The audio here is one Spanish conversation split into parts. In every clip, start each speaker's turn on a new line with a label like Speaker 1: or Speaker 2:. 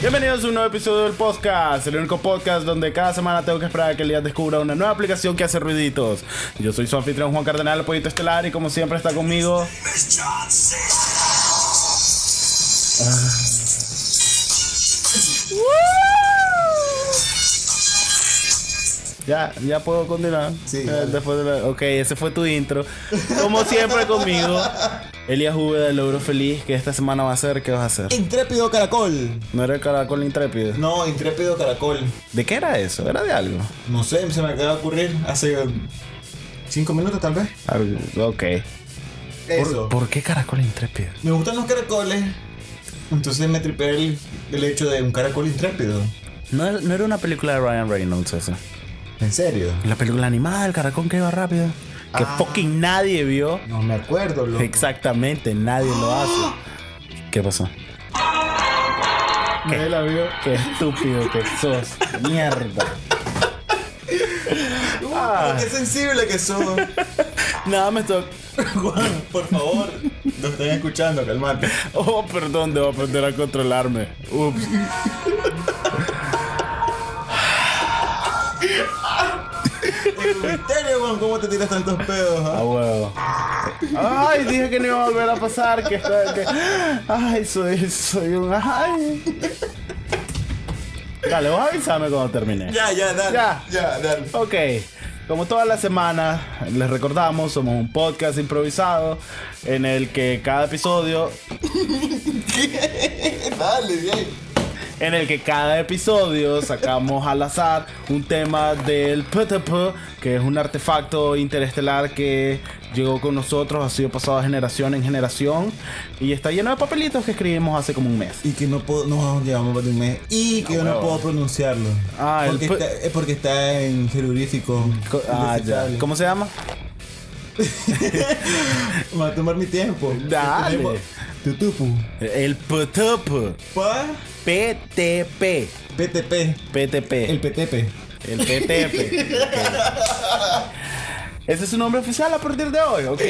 Speaker 1: bienvenidos a un nuevo episodio del podcast, el único podcast donde cada semana tengo que esperar a que el día descubra una nueva aplicación que hace ruiditos. Yo soy su anfitrión Juan Cardenal, el pollito estelar, y como siempre está conmigo. Ya, ya puedo continuar.
Speaker 2: Sí,
Speaker 1: Eh,
Speaker 2: dale.
Speaker 1: después de la- Ok, ese fue tu intro. Como siempre conmigo, Elías V del Logro Feliz, que esta semana va a ser, ¿qué vas a hacer?
Speaker 2: Intrépido Caracol.
Speaker 1: ¿No era el caracol intrépido?
Speaker 2: No, Intrépido Caracol.
Speaker 1: ¿De qué era eso? ¿Era de algo?
Speaker 2: No sé, se me acaba de ocurrir hace um, cinco minutos tal vez.
Speaker 1: Algo- Ok.
Speaker 2: Eso.
Speaker 1: ¿Por, por qué caracol intrépido?
Speaker 2: Me gustan los caracoles. Entonces me tripé el, el hecho de un caracol intrépido.
Speaker 1: No, era- no era una película de Ryan Reynolds esa.
Speaker 2: ¿En serio?
Speaker 1: La película animada, el caracol que iba rápido. Que
Speaker 2: Ah.
Speaker 1: fucking nadie vio.
Speaker 2: No me acuerdo, loco.
Speaker 1: Exactamente, nadie lo
Speaker 2: ¡Ah!
Speaker 1: hace. ¿Qué pasó?
Speaker 2: Nadie la vio.
Speaker 1: Qué estúpido que sos. Mierda. Ah.
Speaker 2: Qué sensible que son.
Speaker 1: Nada me estoy.
Speaker 2: Juan, por favor. Nos están escuchando, calmate.
Speaker 1: Oh, perdón, debo aprender a controlarme. Ups.
Speaker 2: En serio, Juan, ¿cómo te tiras tantos pedos? ah?
Speaker 1: A huevo. Ay, dije que no iba a volver a pasar. Que, está- que- Ay, soy, soy un. Ay. Dale, vos avísame cuando termine.
Speaker 2: Ya, ya, dale.
Speaker 1: Ya.
Speaker 2: ya dale.
Speaker 1: Ok, como todas las semanas, les recordamos, somos un podcast improvisado en el que cada episodio,
Speaker 2: Dale, bien.
Speaker 1: en el que cada episodio sacamos al azar un tema del PTP, que es un artefacto interestelar que llegó con nosotros, ha sido pasado de generación en generación y está lleno de papelitos que escribimos hace como un mes.
Speaker 2: Y que no puedo, no llevamos más de un mes. Y que
Speaker 1: No,
Speaker 2: yo no
Speaker 1: huevo.
Speaker 2: puedo pronunciarlo.
Speaker 1: Ah, el
Speaker 2: porque,
Speaker 1: pu-
Speaker 2: está, es porque está en jeroglífico.
Speaker 1: Co- ah, ya.
Speaker 2: Indescifrable.
Speaker 1: ¿Cómo se llama?
Speaker 2: Me Va a tomar mi tiempo.
Speaker 1: Dale.
Speaker 2: Tutupu.
Speaker 1: El PTP.
Speaker 2: Pa.
Speaker 1: PTP.
Speaker 2: PTP.
Speaker 1: PTP.
Speaker 2: El PTP.
Speaker 1: El PTP. Ese es su nombre oficial a partir de hoy, ok.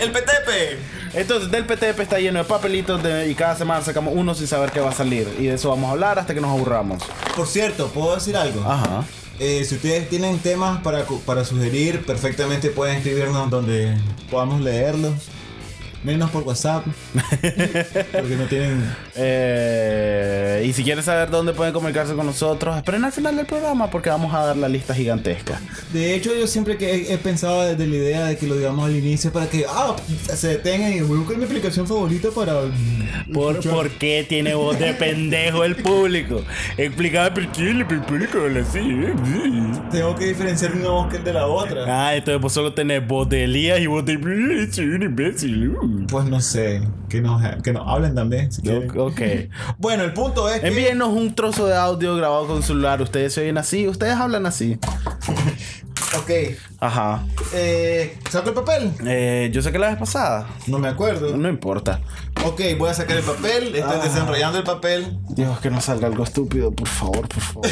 Speaker 2: El PTP.
Speaker 1: Entonces, del PTP está lleno de papelitos de- y cada semana sacamos uno sin saber qué va a salir. Y de eso vamos a hablar hasta que nos aburramos.
Speaker 2: Por cierto, ¿puedo decir algo?
Speaker 1: Ajá.
Speaker 2: Eh, si ustedes tienen temas para, cu- para sugerir, perfectamente pueden escribirnos donde podamos leerlos. Menos por WhatsApp. porque no tienen.
Speaker 1: Eh, y si quieren saber dónde pueden comunicarse con nosotros, esperen al final del programa porque vamos a dar la lista gigantesca.
Speaker 2: De hecho, yo siempre que he, he pensado desde la idea de que lo digamos al inicio para que ah, se detengan y busquen mi aplicación favorita para.
Speaker 1: ¿Por,
Speaker 2: escuchar.
Speaker 1: ¿por qué tiene voz de pendejo el público? Explicaba por qué el público habla así. eh, sí.
Speaker 2: Tengo que diferenciar una voz que de la otra.
Speaker 1: Ah, entonces vos solo tenés voz de Elías y voz de... Soy un imbécil. uh.
Speaker 2: Pues no sé, que nos, que nos hablen también. si quieren.
Speaker 1: O- Ok.
Speaker 2: Bueno, el punto es que.
Speaker 1: Envíenos un trozo de audio grabado con celular. Ustedes se oyen así, ustedes hablan así.
Speaker 2: Ok,
Speaker 1: Ajá.
Speaker 2: eh, ¿saco el papel?
Speaker 1: Eh, yo saqué la vez pasada.
Speaker 2: No me acuerdo.
Speaker 1: No importa.
Speaker 2: Ok, voy a sacar el papel.
Speaker 1: Ah.
Speaker 2: Estoy desenrollando el papel.
Speaker 1: Dios, que no salga algo estúpido, por favor, por favor. Por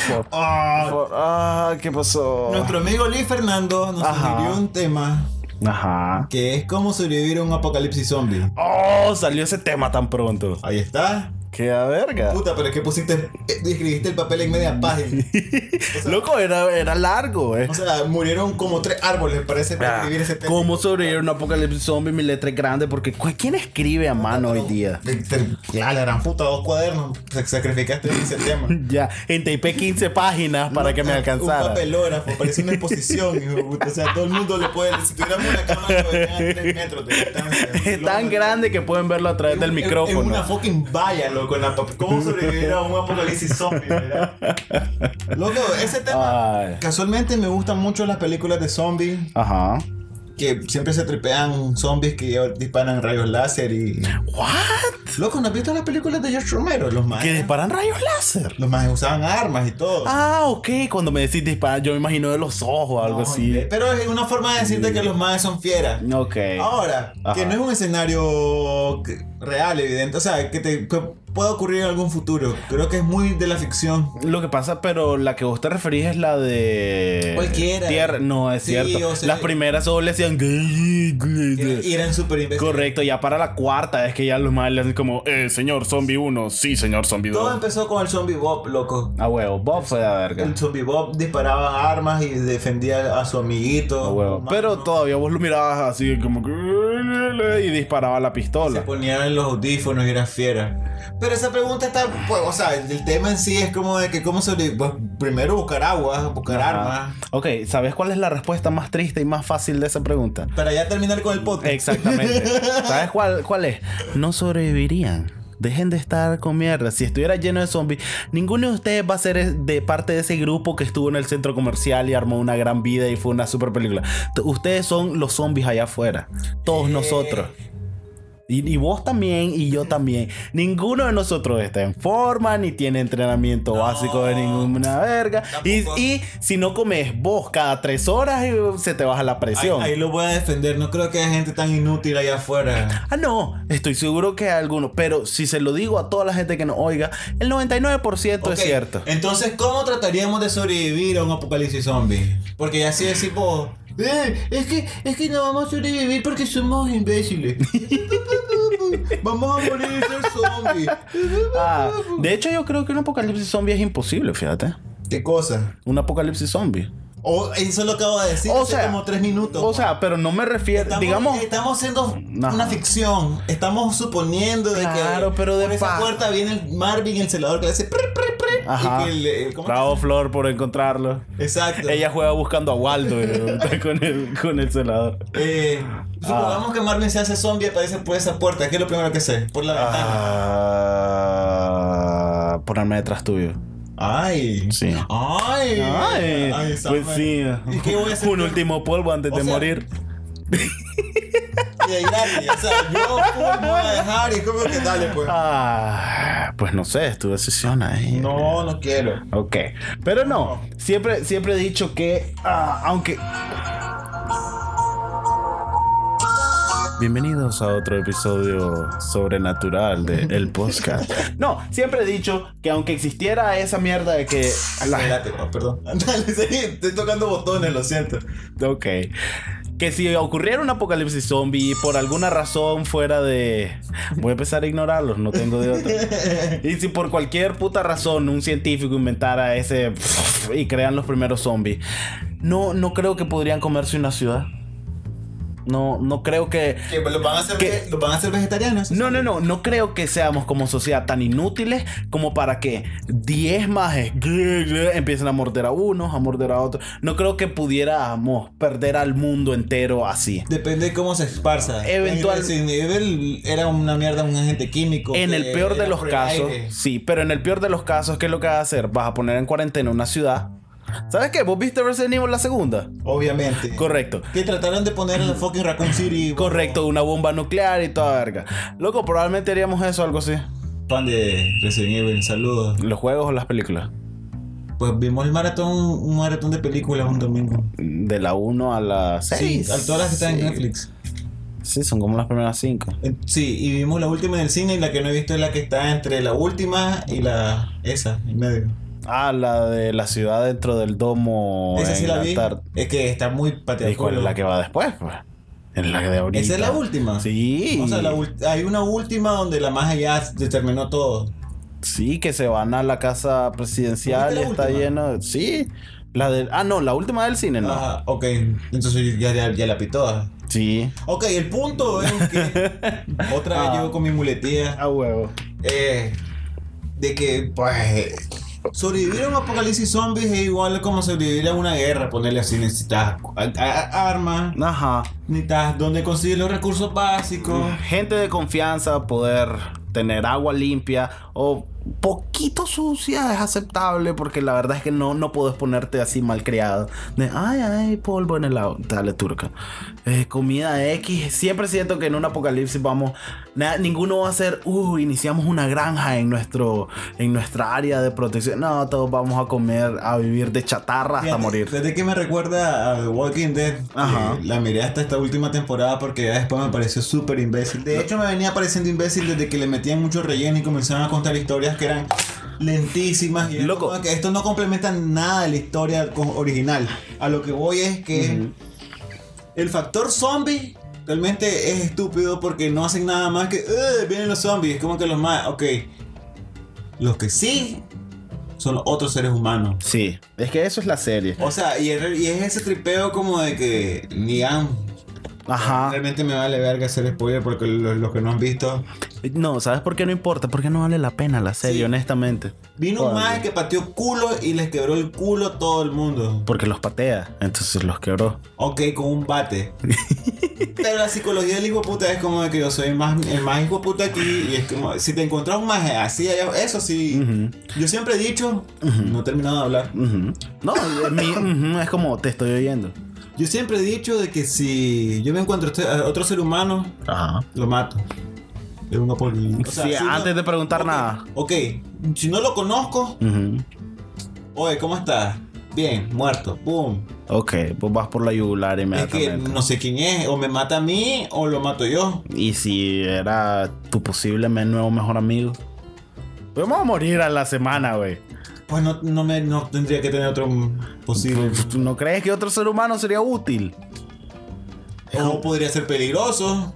Speaker 1: favor, por favor. Por
Speaker 2: Ah,
Speaker 1: favor. Ah, ¿qué pasó?
Speaker 2: nuestro amigo Lee Fernando nos
Speaker 1: Ajá.
Speaker 2: sugirió un tema
Speaker 1: Ajá.
Speaker 2: que es cómo sobrevivir a un apocalipsis zombie.
Speaker 1: Oh, salió ese tema tan pronto.
Speaker 2: Ahí está.
Speaker 1: Qué a verga.
Speaker 2: Puta, pero es que pusiste. eh, Escribiste el papel en media página.
Speaker 1: Loco, era, era largo, eh.
Speaker 2: O sea, murieron como tres árboles, parece,
Speaker 1: Ah.
Speaker 2: para escribir ese tema.
Speaker 1: ¿Cómo sobrevivir a un apocalipsis zombie? Mi letra es grande porque cu- ¿quién escribe a mano hoy día?
Speaker 2: Te- te- Ya, la gran puta, dos cuadernos. Sac- Sacrificaste ese tema.
Speaker 1: Ya, en Taipei 15 páginas para que me
Speaker 2: Un
Speaker 1: alcanzara.
Speaker 2: papelógrafo, parece una exposición. hijo de puta. O sea, todo el mundo le puede. Si tuviéramos una cámara, lo verían a tres metros de distancia.
Speaker 1: Es tan grande que pueden verlo a través del
Speaker 2: Es-
Speaker 1: micrófono.
Speaker 2: Es una fucking valla, loco. en la pap- ¿Cómo sobrevivir a un apocalipsis zombie, verdad? Loco, ese tema.
Speaker 1: Ay.
Speaker 2: Casualmente me gustan mucho las películas de zombies.
Speaker 1: Ajá.
Speaker 2: Que siempre se tripean zombies que disparan rayos láser y.
Speaker 1: ¿What?
Speaker 2: Loco, ¿no has visto las películas de George Romero? Los más.
Speaker 1: ¿Que disparan rayos láser?
Speaker 2: Los más usaban armas y todo.
Speaker 1: Ah, ok. Cuando me decís disparar, yo me imagino de los ojos o algo
Speaker 2: No,
Speaker 1: así.
Speaker 2: hombre, Pero es una forma de decirte que los más son fieras.
Speaker 1: Ok.
Speaker 2: Ahora,
Speaker 1: Ajá.
Speaker 2: que no es un escenario que- real, evidente. O sea, que te que pueda ocurrir en algún futuro. Creo que es muy de la ficción.
Speaker 1: Lo que pasa, pero la que vos te referís es la de.
Speaker 2: Cualquiera.
Speaker 1: Tierra. No, es
Speaker 2: Sí,
Speaker 1: cierto.
Speaker 2: o sea-
Speaker 1: Las primeras solo le decían.
Speaker 2: Y eran súper imbéciles.
Speaker 1: Correcto, ya para la cuarta es que ya los más le hacen
Speaker 3: como, eh, señor Zombie 1, sí, señor Zombie
Speaker 2: Todo
Speaker 3: 2.
Speaker 2: empezó con el zombie Bob, loco.
Speaker 1: A huevo, Bob fue la verga.
Speaker 2: El zombie Bob disparaba armas y defendía a su amiguito.
Speaker 1: A huevo.
Speaker 2: Mano,
Speaker 1: Pero todavía vos lo mirabas así como que. Y disparaba la
Speaker 2: Se
Speaker 1: pistola.
Speaker 2: ponían en los audífonos y era fiera. Pero esa pregunta está, pues, o sea, el, el tema en sí es como de que cómo sobre, pues, primero buscar agua, buscar armas,
Speaker 1: Ah. Ok, ¿sabes cuál es la respuesta más triste y más fácil de esa pregunta?
Speaker 2: para ya terminar con el podcast.
Speaker 1: Exactamente. ¿Sabes cuál, cuál es? No sobrevivirían. Dejen de estar con mierda. Si estuviera lleno de zombies, ninguno de ustedes va a ser es- de parte de ese grupo que estuvo en el centro comercial y armó una gran vida y fue una super película. T- Ustedes son los zombies allá afuera. Todos
Speaker 2: Eh.
Speaker 1: nosotros. Y, y vos también y yo también. Ninguno de nosotros está en forma ni tiene entrenamiento básico de ninguna verga. Y,
Speaker 2: Tampoco.
Speaker 1: y si no comes vos cada tres horas, eh, se te baja la
Speaker 2: Ahí,
Speaker 1: presión.
Speaker 2: ahí lo voy a defender, no creo que haya gente tan inútil allá afuera.
Speaker 1: Ah, no, estoy seguro que hay algunos, pero si se lo digo a toda la gente que nos oiga, el 99% es
Speaker 2: Ok,
Speaker 1: cierto.
Speaker 2: Entonces, ¿cómo trataríamos de sobrevivir a un apocalipsis zombie? Porque ya así decimos, "Eh, es que es que no vamos a sobrevivir porque somos imbéciles. vamos a morir de ser zombies.
Speaker 1: Ah, de hecho, yo creo que un apocalipsis zombie es imposible, fíjate.
Speaker 2: ¿Qué cosa?
Speaker 1: Un apocalipsis zombie.
Speaker 2: O eso lo acabo de decir hace como tres minutos.
Speaker 1: O sea, pero no me refiero,
Speaker 2: Estamos, eh,
Speaker 1: digamos,
Speaker 2: estamos siendo
Speaker 1: No.
Speaker 2: una ficción. Estamos suponiendo de que
Speaker 1: Claro, pero de
Speaker 2: por esa
Speaker 1: pa-
Speaker 2: puerta viene el Marvin, el celador que le hace. "Pri, pri, pri",
Speaker 1: Ajá.
Speaker 2: Y que le- eh, ¿cómo es?
Speaker 1: Bravo Flor por encontrarlo.
Speaker 2: Exacto.
Speaker 1: Ella juega buscando a Waldo eh, con, el, con el celador.
Speaker 2: Eh, supongamos
Speaker 1: Ah.
Speaker 2: que Marvin se hace zombie y aparece por esa puerta. ¿Qué es lo primero que hace? Por la ventana.
Speaker 1: Ah, ponerme detrás tuyo.
Speaker 2: Ay.
Speaker 1: Sí.
Speaker 2: Ay.
Speaker 1: Ay,
Speaker 2: Samuel.
Speaker 1: pues sí.
Speaker 2: ¿Y qué voy a hacer?
Speaker 1: Un último polvo antes
Speaker 2: O
Speaker 1: de
Speaker 2: sea,
Speaker 1: morir.
Speaker 2: Y ahí, dale, O sea, yo full me voy a dejar y como que dale, pues.
Speaker 1: Ah, pues no sé, es tu decisión ahí.
Speaker 2: No, no quiero.
Speaker 1: Ok. Pero no, siempre, siempre he dicho que, ah, aunque... Bienvenidos a otro episodio sobrenatural de El Podcast. No, siempre he dicho que aunque existiera esa mierda de que... La...
Speaker 2: Espérate, oh, perdón. Dale, seguí. Estoy tocando botones, lo siento.
Speaker 1: Ok. Que si ocurriera un apocalipsis zombie y por alguna razón fuera de... Voy a empezar a ignorarlos, no tengo de otra. Y si por cualquier puta razón un científico inventara ese y crean los primeros zombies, no, no creo que podrían comerse una ciudad. No, no creo que.
Speaker 2: Que los van a hacer,
Speaker 1: ¿Qué?
Speaker 2: los van a hacer vegetarianos.
Speaker 1: No, no, no, no creo que seamos como sociedad tan inútiles como para que 10 majes glu, glu, empiecen a morder a unos, a morder a otros. No creo que pudiéramos perder al mundo entero así.
Speaker 2: Depende de cómo se esparza.
Speaker 1: Eventual-
Speaker 2: Resident Evil era una mierda, un agente químico.
Speaker 1: En
Speaker 2: que
Speaker 1: el peor de
Speaker 2: era
Speaker 1: los
Speaker 2: por el
Speaker 1: casos,
Speaker 2: aire.
Speaker 1: sí, pero en el peor de los casos, ¿qué es lo que vas a hacer? Vas a poner en cuarentena una ciudad. ¿Sabes qué? ¿Vos viste Resident Evil la segunda?
Speaker 2: Obviamente.
Speaker 1: Correcto.
Speaker 2: Que trataron de poner el fucking Raccoon City. bueno,
Speaker 1: Correcto, una bomba nuclear y toda verga. Loco, probablemente haríamos eso, algo así.
Speaker 2: Fan de Resident Evil, saludos.
Speaker 1: Los juegos o las películas.
Speaker 2: Pues vimos el maratón, un maratón de películas un domingo.
Speaker 1: De la 1 a la 6.
Speaker 2: Sí, a todas las que están en Netflix.
Speaker 1: Sí, son como las primeras 5.
Speaker 2: Eh, Sí, y vimos la última en el cine y la que no he visto es la que está entre la última y la. esa, en medio.
Speaker 1: Ah, la de la ciudad dentro del domo.
Speaker 2: Esa sí
Speaker 1: en
Speaker 2: la vi.
Speaker 1: tarde.
Speaker 2: Es que está muy pateada.
Speaker 1: ¿Y cuál es la que va después? Pues? Es la de ahorita.
Speaker 2: Esa es la última.
Speaker 1: Sí.
Speaker 2: O sea, la ul- hay una última donde la magia ya determinó todo.
Speaker 1: Sí, que se van a la casa presidencial y
Speaker 2: ¿Viste la
Speaker 1: está
Speaker 2: última?
Speaker 1: lleno. Sí. La del. Ah, no, la última del cine, no.
Speaker 2: Ajá, ok. Entonces ya, ya, ya la pitó.
Speaker 1: Sí.
Speaker 2: Ok, el punto es que otra vez
Speaker 1: Ah.
Speaker 2: llego con mi muletilla.
Speaker 1: A huevo.
Speaker 2: eh, de que, pues, sobrevivir a un apocalipsis zombies es igual como sobrevivir a una guerra. Ponerle así, necesitas a- a- armas,
Speaker 1: Ajá.
Speaker 2: necesitas donde conseguir los recursos básicos.
Speaker 1: gente de confianza, poder tener agua limpia o poquito sucia es aceptable porque la verdad es que no, no puedes ponerte así malcriado. De, ay, ay, polvo en el agua. Dale, turca. Eh, comida X. Siempre siento que en un apocalipsis vamos... na- ninguno va a ser, uh, iniciamos una granja en, nuestro, en nuestra área de protección. No, todos vamos a comer, a vivir de chatarra hasta
Speaker 2: Fíjate-
Speaker 1: morir.
Speaker 2: Fíjate que me recuerda a The Walking Dead. que
Speaker 1: Ajá.
Speaker 2: La miré hasta esta última temporada porque ya después me pareció súper imbécil. De hecho, me venía pareciendo imbécil desde que le metían mucho relleno y comenzaban a contar historias que eran lentísimas. Y era
Speaker 1: Loco.
Speaker 2: como que esto no complementa nada de la historia co- original. A lo que voy es que el factor zombie realmente es estúpido porque no hacen nada más que "Ugh, vienen los zombies, es como que los más, ok. Los que sí son los otros seres humanos.
Speaker 1: Sí, es que eso es la serie.
Speaker 2: O sea, y es, y es ese tripeo como de que ni han.
Speaker 1: Ajá.
Speaker 2: Realmente me vale verga hacer spoiler porque los, los que no han visto.
Speaker 1: No, ¿sabes por qué no importa? Porque no vale la pena la serie,
Speaker 2: Sí.
Speaker 1: honestamente.
Speaker 2: Vino un
Speaker 1: Joder.
Speaker 2: maje que pateó culo y les quebró el culo a todo el mundo.
Speaker 1: Porque los patea, entonces los quebró.
Speaker 2: Ok, con un bate. Pero la psicología del hijo de puta es como de que yo soy más, el más hijo de puta aquí. Y es como, si te encontrás un maje así, allá- eso sí. Yo siempre he dicho, no he terminado de hablar.
Speaker 1: Ujú. No, y mi- ujú, es como te estoy oyendo.
Speaker 2: Yo siempre he dicho de que si yo me encuentro este- a otro ser humano,
Speaker 1: Ajá.
Speaker 2: lo mato. Le pongo por- o sea,
Speaker 1: Sí,
Speaker 2: si no-
Speaker 1: antes de preguntar
Speaker 2: ok,
Speaker 1: nada.
Speaker 2: Ok, si no lo conozco,
Speaker 1: Ujú.
Speaker 2: oye, ¿cómo estás? Bien, muerto, boom.
Speaker 1: Ok, vos vas por la yugular
Speaker 2: Es que
Speaker 1: inmediatamente.
Speaker 2: no sé quién es, o me mata a mí o lo mato yo.
Speaker 1: Y si era tu posible me- nuevo mejor amigo. Pues vamos a morir a la semana, güey.
Speaker 2: Pues no, no, me, no tendría que tener otro posible.
Speaker 1: ¿Tú ¿No crees que otro ser humano sería útil?
Speaker 2: O podría ser peligroso.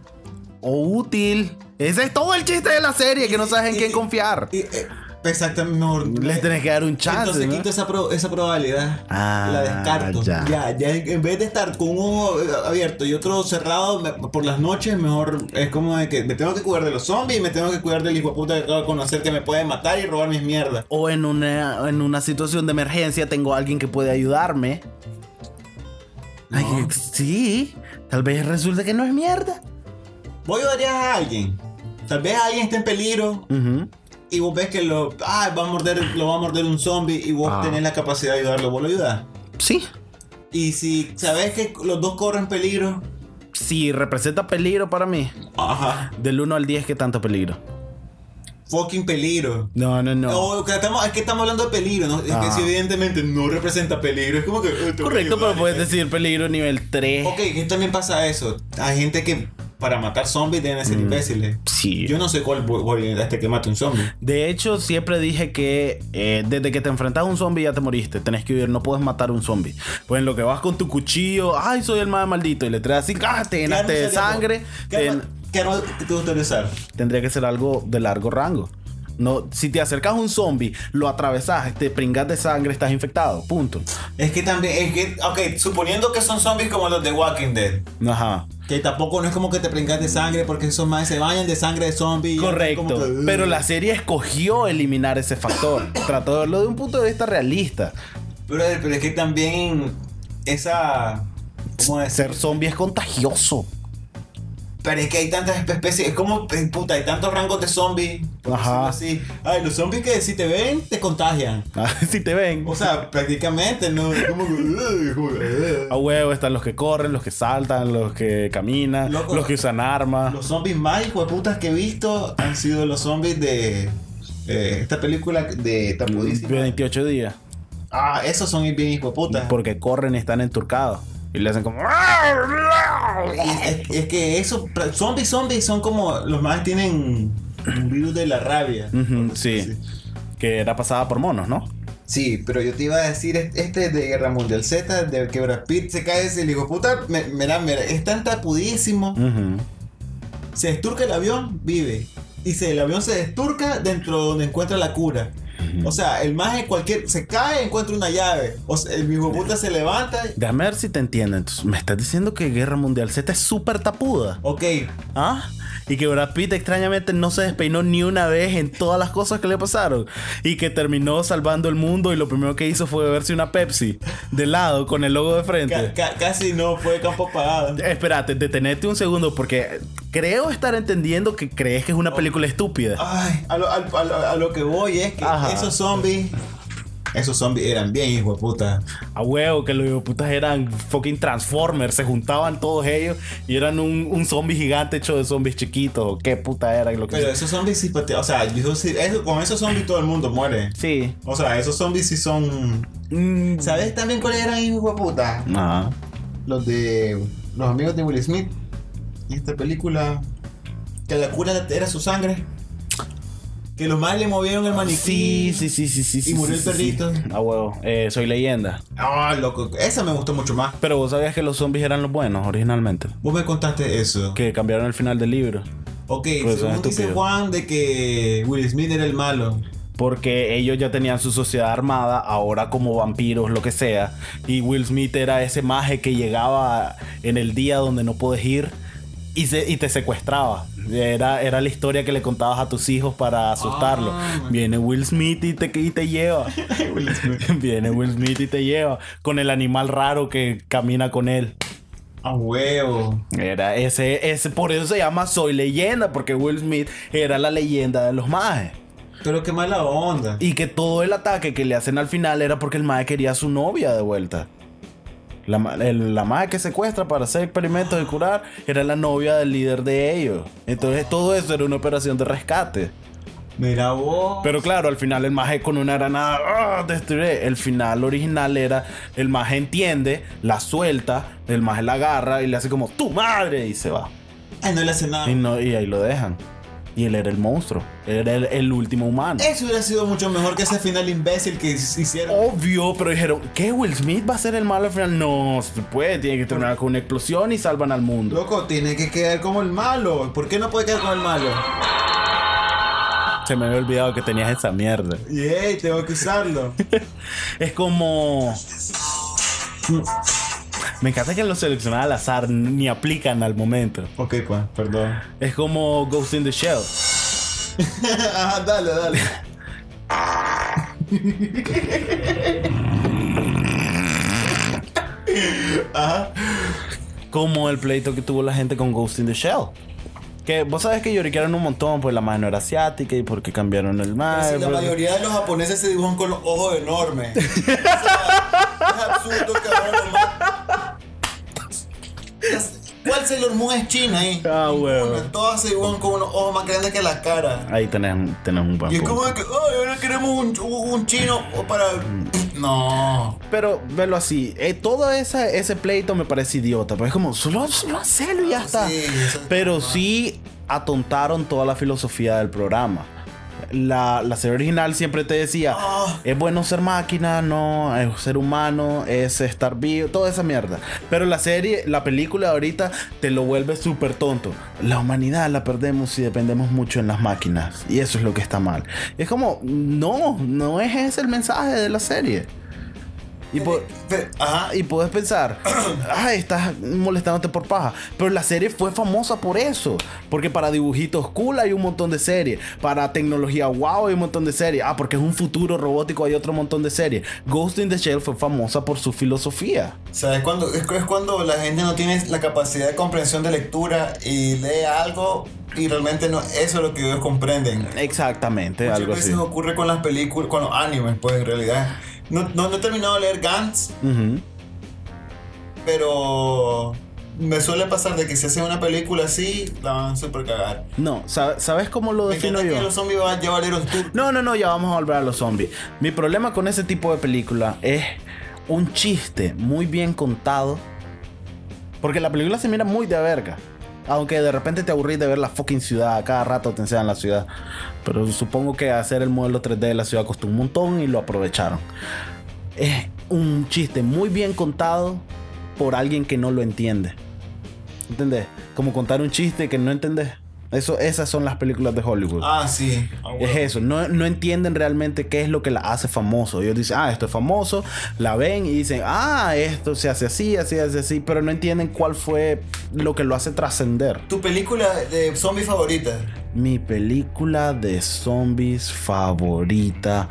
Speaker 1: O útil. Ese es todo el chiste de la serie, que no sabes en quién confiar.
Speaker 2: Y, eh, Exactamente, mejor.
Speaker 1: Les tenés que dar un chance.
Speaker 2: Entonces
Speaker 1: ¿no?
Speaker 2: quito esa, pro- esa probabilidad.
Speaker 1: Ah,
Speaker 2: la descarto.
Speaker 1: ya.
Speaker 2: Ya. ya, en vez de estar con un ojo eh, abierto y otro cerrado me- por las noches, mejor es como de que me tengo que cuidar de los zombies y me tengo que cuidar del hijo de puta que acabo de conocer que me puede matar y robar mis mierdas.
Speaker 1: O en una, en una situación de emergencia tengo a alguien que puede ayudarme. Ay,
Speaker 2: No.
Speaker 1: sí, tal vez resulte que no es mierda.
Speaker 2: Voy a ayudar a alguien. Tal vez alguien esté en peligro
Speaker 1: Ujú.
Speaker 2: y vos ves que lo, ah, va a morder, lo va a morder un zombie y vos
Speaker 1: Ah.
Speaker 2: tenés la capacidad de ayudarlo, vos lo ayudás.
Speaker 1: Sí.
Speaker 2: Y si sabes que los dos corren peligro,
Speaker 1: Sí, representa peligro para mí.
Speaker 2: ajá,
Speaker 1: Del 1 al 10, ¿qué tanto peligro?
Speaker 2: fucking peligro.
Speaker 1: No, no, no.
Speaker 2: O que estamos, es que estamos hablando de peligro, ¿no? Es
Speaker 1: Ajá.
Speaker 2: que si evidentemente no representa peligro, es como que. eh, te voy a
Speaker 1: Correcto,
Speaker 2: ayudar,
Speaker 1: pero puedes
Speaker 2: eh.
Speaker 1: decir peligro nivel 3.
Speaker 2: Ok, que también pasa eso. Hay gente que para matar zombies deben de
Speaker 1: Mm.
Speaker 2: ser imbéciles.
Speaker 1: Sí.
Speaker 2: Yo no sé cuál voy- voy hasta que mate un zombie.
Speaker 1: De hecho, siempre dije que eh, desde que te enfrentas a un zombie ya te moriste. Tenés que huir, no puedes matar a un zombie. Pues en lo que vas con tu cuchillo, ay, soy el más maldito, y le traes así, ¡ah! Te
Speaker 2: ¿Qué arma
Speaker 1: llenaste de
Speaker 2: usarías vos?
Speaker 1: sangre.
Speaker 2: ¿Qué
Speaker 1: te-
Speaker 2: arma- ¿Qué arma te gustaría usar?
Speaker 1: Tendría que ser algo de largo rango. No, si te acercas a un zombie, lo atravesas, te pringas de sangre, estás infectado. Punto.
Speaker 2: Es que también, es que, ok, suponiendo que son zombies como los de Walking Dead.
Speaker 1: Ajá.
Speaker 2: Que tampoco no es como que te prengas de sangre porque esos más se bañan de sangre de zombies.
Speaker 1: Correcto.
Speaker 2: Como que, uh.
Speaker 1: Pero la serie escogió eliminar ese factor. Trató de verlo de un punto de vista realista.
Speaker 2: Brother, pero es que también esa. ¿Cómo decir?
Speaker 1: Ser zombie es contagioso.
Speaker 2: Pero es que hay tantas espe- especies, es como, eh, puta, hay tantos rangos de zombies. por
Speaker 1: Ajá.
Speaker 2: decirlo Así. Ay, los zombies que si te ven, te contagian.
Speaker 1: si te ven.
Speaker 2: O sea, prácticamente, ¿no? Es como que, "Ugh", como que,
Speaker 1: A
Speaker 2: "Ugh".
Speaker 1: huevo están los que corren, los que saltan, los que caminan,
Speaker 2: Loco.
Speaker 1: los que usan armas.
Speaker 2: Los zombies más hijueputas que he visto han sido los zombies de eh, esta película de Tapudísima.
Speaker 1: 28 días.
Speaker 2: Ah, esos son bien hijueputas.
Speaker 1: Porque corren y están enturcados. Y le hacen como.
Speaker 2: Es, es que esos pra- zombies, zombies son como los más tienen un virus de la rabia.
Speaker 1: Ujú, sí. Que era pasada por monos, ¿no?
Speaker 2: Sí, pero yo te iba a decir, es- este de Guerra Mundial Z, de que Brad Pitt se cae y le digo, puta, me- mira, mira, es tan tapudísimo.
Speaker 1: Ujú.
Speaker 2: Se desturca el avión, vive. Y se, el avión se desturca dentro donde encuentra la cura. O sea, el maje cualquier, se cae, encuentra una llave. O sea, el hijo puta se levanta.
Speaker 1: Déjame ver si te entienden. Me estás diciendo que Guerra Mundial Z es súper tapuda.
Speaker 2: Ok,
Speaker 1: ¿Ah? Y que Brad Pitt extrañamente no se despeinó ni una vez en todas las cosas que le pasaron. Y que terminó salvando el mundo y lo primero que hizo fue beberse una Pepsi de lado con el logo de
Speaker 2: ca-
Speaker 1: frente.
Speaker 2: ca- casi no fue campo pagado.
Speaker 1: Espérate, detenete un segundo porque creo estar entendiendo que crees que es una película estúpida.
Speaker 2: Ay, a lo, al- a lo- a lo que voy es que
Speaker 1: Ajá.
Speaker 2: esos zombies, esos zombies eran bien hijo de puta.
Speaker 1: A huevo, que los putas eran fucking Transformers, se juntaban todos ellos y eran un, un zombie gigante hecho de zombies chiquitos. o ¿Qué puta era? Lo que
Speaker 2: Pero esos zombies sí patea- O sea, yo sí- eso- con esos zombies todo el mundo muere.
Speaker 1: Sí.
Speaker 2: O sea, esos zombies sí son.
Speaker 1: Mm.
Speaker 2: ¿Sabes también cuáles eran hijos de puta?
Speaker 1: Ajá.
Speaker 2: Los de. Los amigos de Will Smith. En esta película. Que la cura era su sangre. Que los más le movieron el maniquí.
Speaker 1: Ah, Sí, sí, sí, sí, sí.
Speaker 2: Y
Speaker 1: sí,
Speaker 2: murió
Speaker 1: sí,
Speaker 2: el
Speaker 1: sí, sí.
Speaker 2: perrito.
Speaker 1: Ah, huevo. Eh, soy leyenda.
Speaker 2: Ah, loco. Esa me gustó mucho más.
Speaker 1: Pero vos sabías que los zombies eran los buenos originalmente.
Speaker 2: Vos me contaste eso.
Speaker 1: Que cambiaron el final del libro.
Speaker 2: Ok,
Speaker 1: Pues son
Speaker 2: según dice
Speaker 1: estúpidos.
Speaker 2: Juan de que Will Smith era el malo.
Speaker 1: Porque ellos ya tenían su sociedad armada, ahora como vampiros, lo que sea. Y Will Smith era ese maje que llegaba en el día donde no puedes ir y, se- y te secuestraba. Era, era la historia que le contabas a tus hijos para asustarlo.
Speaker 2: man.
Speaker 1: Viene Will Smith y te, y te lleva.
Speaker 2: Will Smith.
Speaker 1: Viene Will Smith y te lleva. Con el animal raro que camina con él.
Speaker 2: A huevo.
Speaker 1: Era ese, ese, por eso se llama Soy Leyenda, porque Will Smith era la leyenda de los majes.
Speaker 2: Pero qué mala onda.
Speaker 1: Y que todo el ataque que le hacen al final era porque el mae quería a su novia de vuelta. La, ma- el- la mae que secuestra para hacer experimentos de curar era la novia del líder de ellos. Entonces todo eso era una operación de rescate.
Speaker 2: Mira vos.
Speaker 1: Pero claro, al final el maje con una granada ¡ah! destruye. El final original era el maje entiende, la suelta, el maje la agarra y le hace como tu madre y se va.
Speaker 2: Ay, no le hace nada.
Speaker 1: Y, no, y ahí lo dejan. Y él era el monstruo. Era el, el último humano.
Speaker 2: Eso hubiera sido mucho mejor que ese final imbécil que s- hicieron.
Speaker 1: Oh. Obvio, pero dijeron, ¿qué? ¿Will Smith va a ser el malo al final? No, se puede, tiene que terminar con una explosión y salvan al mundo.
Speaker 2: Loco, tiene que quedar como el malo. ¿Por qué no puede quedar como el malo?
Speaker 1: Se me había olvidado que tenías esa mierda.
Speaker 2: Yey, tengo que usarlo.
Speaker 1: Es como... Me encanta que los seleccionados al azar ni aplican al momento.
Speaker 2: ok, pues, perdón.
Speaker 1: Es como Ghost in the Shell.
Speaker 2: Ajá, dale, dale. Ajá.
Speaker 1: Como el pleito que tuvo la gente con Ghost in the Shell. Que vos sabes que lloriquearon un montón, pues la mano era asiática y porque cambiaron el mar.
Speaker 2: Si la
Speaker 1: pues-
Speaker 2: mayoría de los japoneses se dibujan con los ojos enormes. O sea, es absurdo, cabrón. ¿no? Las- ¿Cuál Sailor Moon es china ahí?
Speaker 1: Ah, huevo.
Speaker 2: Ninguna. Todas se dibujan con unos ojos más grandes que la cara.
Speaker 1: Ahí tenés, tenés un buen
Speaker 2: Y es
Speaker 1: punto.
Speaker 2: como que, ay, ahora queremos un, un chino para. No.
Speaker 1: Pero velo así, eh, todo esa, ese pleito me parece idiota, pero es como, solo, solo hacelo y ya está.
Speaker 2: Sí, eso es
Speaker 1: pero
Speaker 2: normal.
Speaker 1: sí atontaron toda la filosofía del programa. La, la serie original siempre te decía,
Speaker 2: Ah.
Speaker 1: es bueno ser máquina, no, es ser humano, es estar vivo, toda esa mierda. Pero la serie, la película ahorita te lo vuelve súper tonto. La humanidad la perdemos si dependemos mucho en las máquinas. Y eso es lo que está mal. Es como, no, no es ese el mensaje de la serie. Y por,
Speaker 2: eh, Pero- ajá.
Speaker 1: y puedes pensar, ay, estás molestándote por paja. Pero la serie fue famosa por eso. Porque para dibujitos cool hay un montón de series. Para tecnología wow hay un montón de series. Ah, porque es un futuro robótico hay otro montón de series. Ghost in the Shell fue famosa por su filosofía.
Speaker 2: ¿Sabes cuando es, es cuando la gente no tiene la capacidad de comprensión de lectura y lee algo y realmente no eso es lo que ellos comprenden?
Speaker 1: Exactamente,
Speaker 2: Muchas
Speaker 1: algo
Speaker 2: veces
Speaker 1: así.
Speaker 2: ocurre con las películas, con los animes, pues en realidad. No, no, no he terminado de leer Gantz,
Speaker 1: Ujú.
Speaker 2: pero me suele pasar de que si hacen una película así, la van a super cagar.
Speaker 1: No, sa- ¿sabes cómo lo
Speaker 2: Me
Speaker 1: defino
Speaker 2: encanta
Speaker 1: yo?
Speaker 2: que los zombies van a llevar a un tour.
Speaker 1: No, no, no, ya vamos a volver a los zombies. Mi problema con ese tipo de película es un chiste muy bien contado. Porque la película se mira muy de verga. Aunque de repente te aburrís de ver la fucking ciudad. a Cada rato te enseñan la ciudad. Pero supongo que hacer el modelo 3D de la ciudad costó un montón y lo aprovecharon. Es un chiste muy bien contado por alguien que no lo entiende. ¿Entendés? Como contar un chiste que no entendés. Eso, esas son las películas de Hollywood.
Speaker 2: Ah, sí. Ah,
Speaker 1: Es
Speaker 2: bueno.
Speaker 1: eso, no, no entienden realmente qué es lo que la hace famoso. Ellos dicen, ah, esto es famoso, la ven y dicen, ah, esto se hace así, así, así, así, pero no entienden cuál fue lo que lo hace trascender.
Speaker 2: ¿Tu película de zombie favorita?
Speaker 1: Mi película de zombies favorita,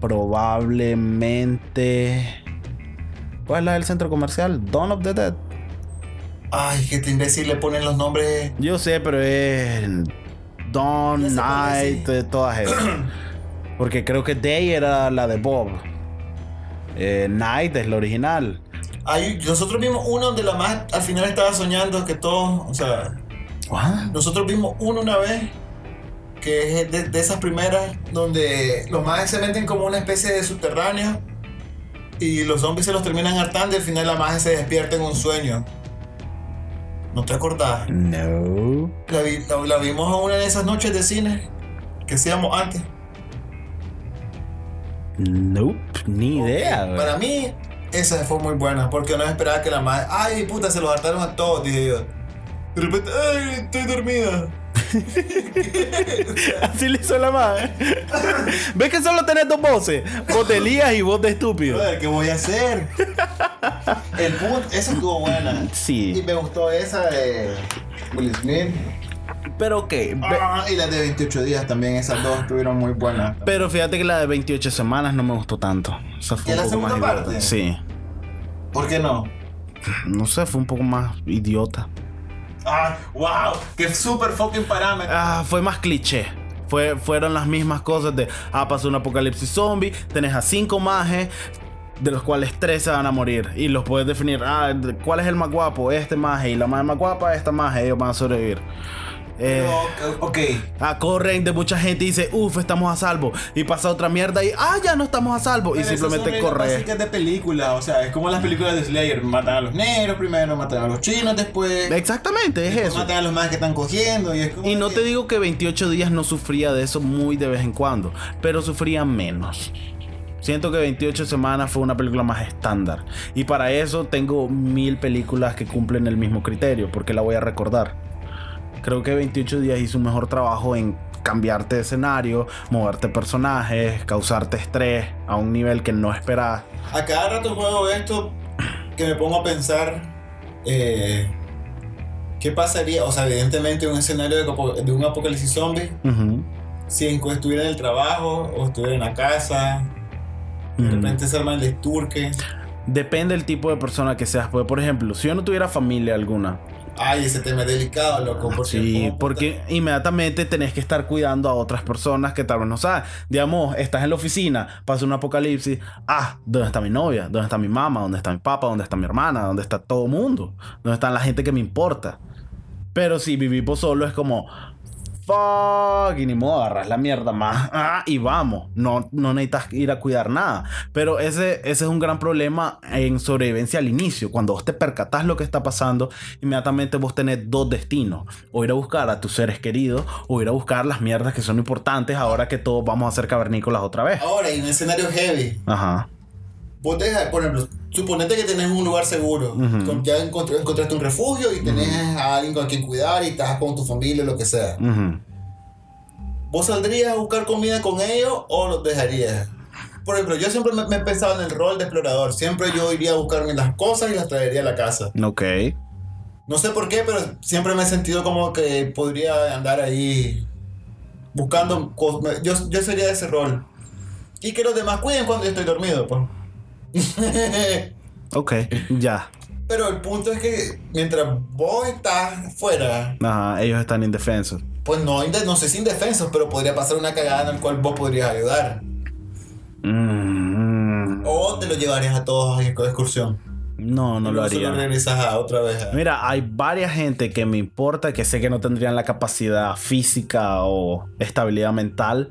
Speaker 1: probablemente... ¿Cuál es la del centro comercial? Dawn of the Dead.
Speaker 2: Ay, que este imbécil le ponen los nombres.
Speaker 1: Yo sé, pero es
Speaker 2: Ya
Speaker 1: Dawn,
Speaker 2: sé cuál es,
Speaker 1: Night,
Speaker 2: sí.
Speaker 1: eh, todas esas. Porque creo que Day era la de Bob. Eh, Night es la original.
Speaker 2: Hay- nosotros vimos uno donde la más al final estaba soñando que todos, o sea, nosotros vimos uno una vez que es de, de esas primeras donde los más se meten como una especie de subterráneo y los zombies se los terminan hartando y al final la más se despierta en un sueño. ¿No te acordás?
Speaker 1: No.
Speaker 2: La, vi- la- la vimos en una de esas noches de cine. que hacíamos antes.
Speaker 1: Nope, ni idea, güey.
Speaker 2: Para mí, esa fue muy buena, porque no esperaba que la madre. ¡Ay, puta! Se los hartaron a todos, dije yo. De repente, ¡ay! Estoy dormida.
Speaker 1: Así le hizo la madre. ¿Ves que solo tenés dos voces? Voz de Elías y voz de estúpido.
Speaker 2: Brother, ¿qué voy a hacer? El punto, esa estuvo buena. Y
Speaker 1: Sí,
Speaker 2: me gustó esa de Will Smith.
Speaker 1: pero ok. ve-
Speaker 2: Ah, y la de 28 días también, esas dos estuvieron muy buenas.
Speaker 1: Pero fíjate que la de 28 semanas no me gustó tanto. O sea, fue
Speaker 2: ¿Y
Speaker 1: un
Speaker 2: la
Speaker 1: poco más
Speaker 2: segunda
Speaker 1: idiota.
Speaker 2: parte?
Speaker 1: Sí.
Speaker 2: ¿Por qué no?
Speaker 1: No sé, fue un poco más idiota.
Speaker 2: Ah, wow, qué super fucking parámetro.
Speaker 1: Ah, fue más cliché. Fue, fueron las mismas cosas de, ah, pasó un apocalipsis zombie, tenés a cinco mages, de los cuales tres se van a morir. Y los puedes definir, ah, de- ¿cuál es el más guapo? Este maje. Y la más más guapa, esta maje. Ellos van a sobrevivir. Eh,
Speaker 2: No, ok.
Speaker 1: Ah, corren de mucha gente y dice, uff, estamos a salvo. Y pasa otra mierda y, ah, ya no estamos a salvo. y simplemente corre.
Speaker 2: Es de película, o sea, es como las películas de Slayer: matan a los negros primero, matan a los chinos después,
Speaker 1: Exactamente, es eso.
Speaker 2: matan a los más que están cogiendo. Y, es como
Speaker 1: Y no
Speaker 2: que-
Speaker 1: te digo que 28 días no sufría de eso muy de vez en cuando, pero sufría menos. Siento que 28 semanas fue una película más estándar. Y para eso tengo mil películas que cumplen el mismo criterio, porque la voy a recordar. Creo que 28 días hizo un mejor trabajo en cambiarte de escenario, moverte personajes, causarte estrés a un nivel que no esperas.
Speaker 2: A cada rato juego esto que me pongo a pensar eh, qué pasaría, o sea, evidentemente un escenario de, copo- de un apocalipsis zombie,
Speaker 1: Ujú,
Speaker 2: si en- estuviera en el trabajo o estuviera en la casa, de
Speaker 1: ujú.
Speaker 2: repente se arma el desturque.
Speaker 1: Depende del tipo de persona que seas. Porque, por ejemplo, si yo no tuviera familia alguna,
Speaker 2: Ay, ese tema es delicado, loco. Porque,
Speaker 1: Ah, Sí,
Speaker 2: ¿cómo
Speaker 1: porque inmediatamente tenés que estar cuidando a otras personas que tal vez no sabes. Digamos, estás en la oficina, pasa un apocalipsis. Ah, ¿dónde está mi novia? ¿Dónde está mi mamá? ¿Dónde está mi papá? ¿Dónde está mi hermana? ¿Dónde está todo mundo? ¿Dónde está la gente que me importa? Pero si vivimos solo es como... Fuck, y ni modo, agarras la mierda más ah, y vamos. No, no necesitas ir a cuidar nada. Pero ese, ese es un gran problema en sobrevivencia al inicio. Cuando vos te percatás lo que está pasando, inmediatamente vos tenés dos destinos: o ir a buscar a tus seres queridos, o ir a buscar las mierdas que son importantes ahora que todos vamos a ser cavernícolas otra vez.
Speaker 2: Ahora, y un escenario heavy.
Speaker 1: Ajá.
Speaker 2: Vos te dejas, por ejemplo, suponete que tenés un lugar seguro,
Speaker 1: Ujú.
Speaker 2: con- ya encontró- encontraste un refugio y tenés a alguien con quien cuidar y estás con tu familia, lo que sea.
Speaker 1: Ujú.
Speaker 2: ¿Vos saldrías a buscar comida con ellos o los dejarías? Por ejemplo, yo siempre me, me he pensado en el rol de explorador. Siempre yo iría a buscarme las cosas y las traería a la casa.
Speaker 1: Ok.
Speaker 2: No sé por qué, pero siempre me he sentido como que podría andar ahí buscando cosas. Yo, yo sería de ese rol. Y que los demás cuiden cuando yo estoy dormido, pues.
Speaker 1: Ok. Ya.
Speaker 2: pero el punto es que mientras vos estás fuera,
Speaker 1: Ajá. Ellos están indefensos.
Speaker 2: pues no, inde- no sé si indefensos, pero podría pasar una cagada en la cual vos podrías ayudar.
Speaker 1: Mm, mm.
Speaker 2: O te lo llevarías a todos a excursión.
Speaker 1: No, no
Speaker 2: Y
Speaker 1: lo
Speaker 2: luego solo
Speaker 1: haría.
Speaker 2: regresas a otra vez. a-
Speaker 1: Mira, hay varias gente que me importa que sé que no tendrían la capacidad física o estabilidad mental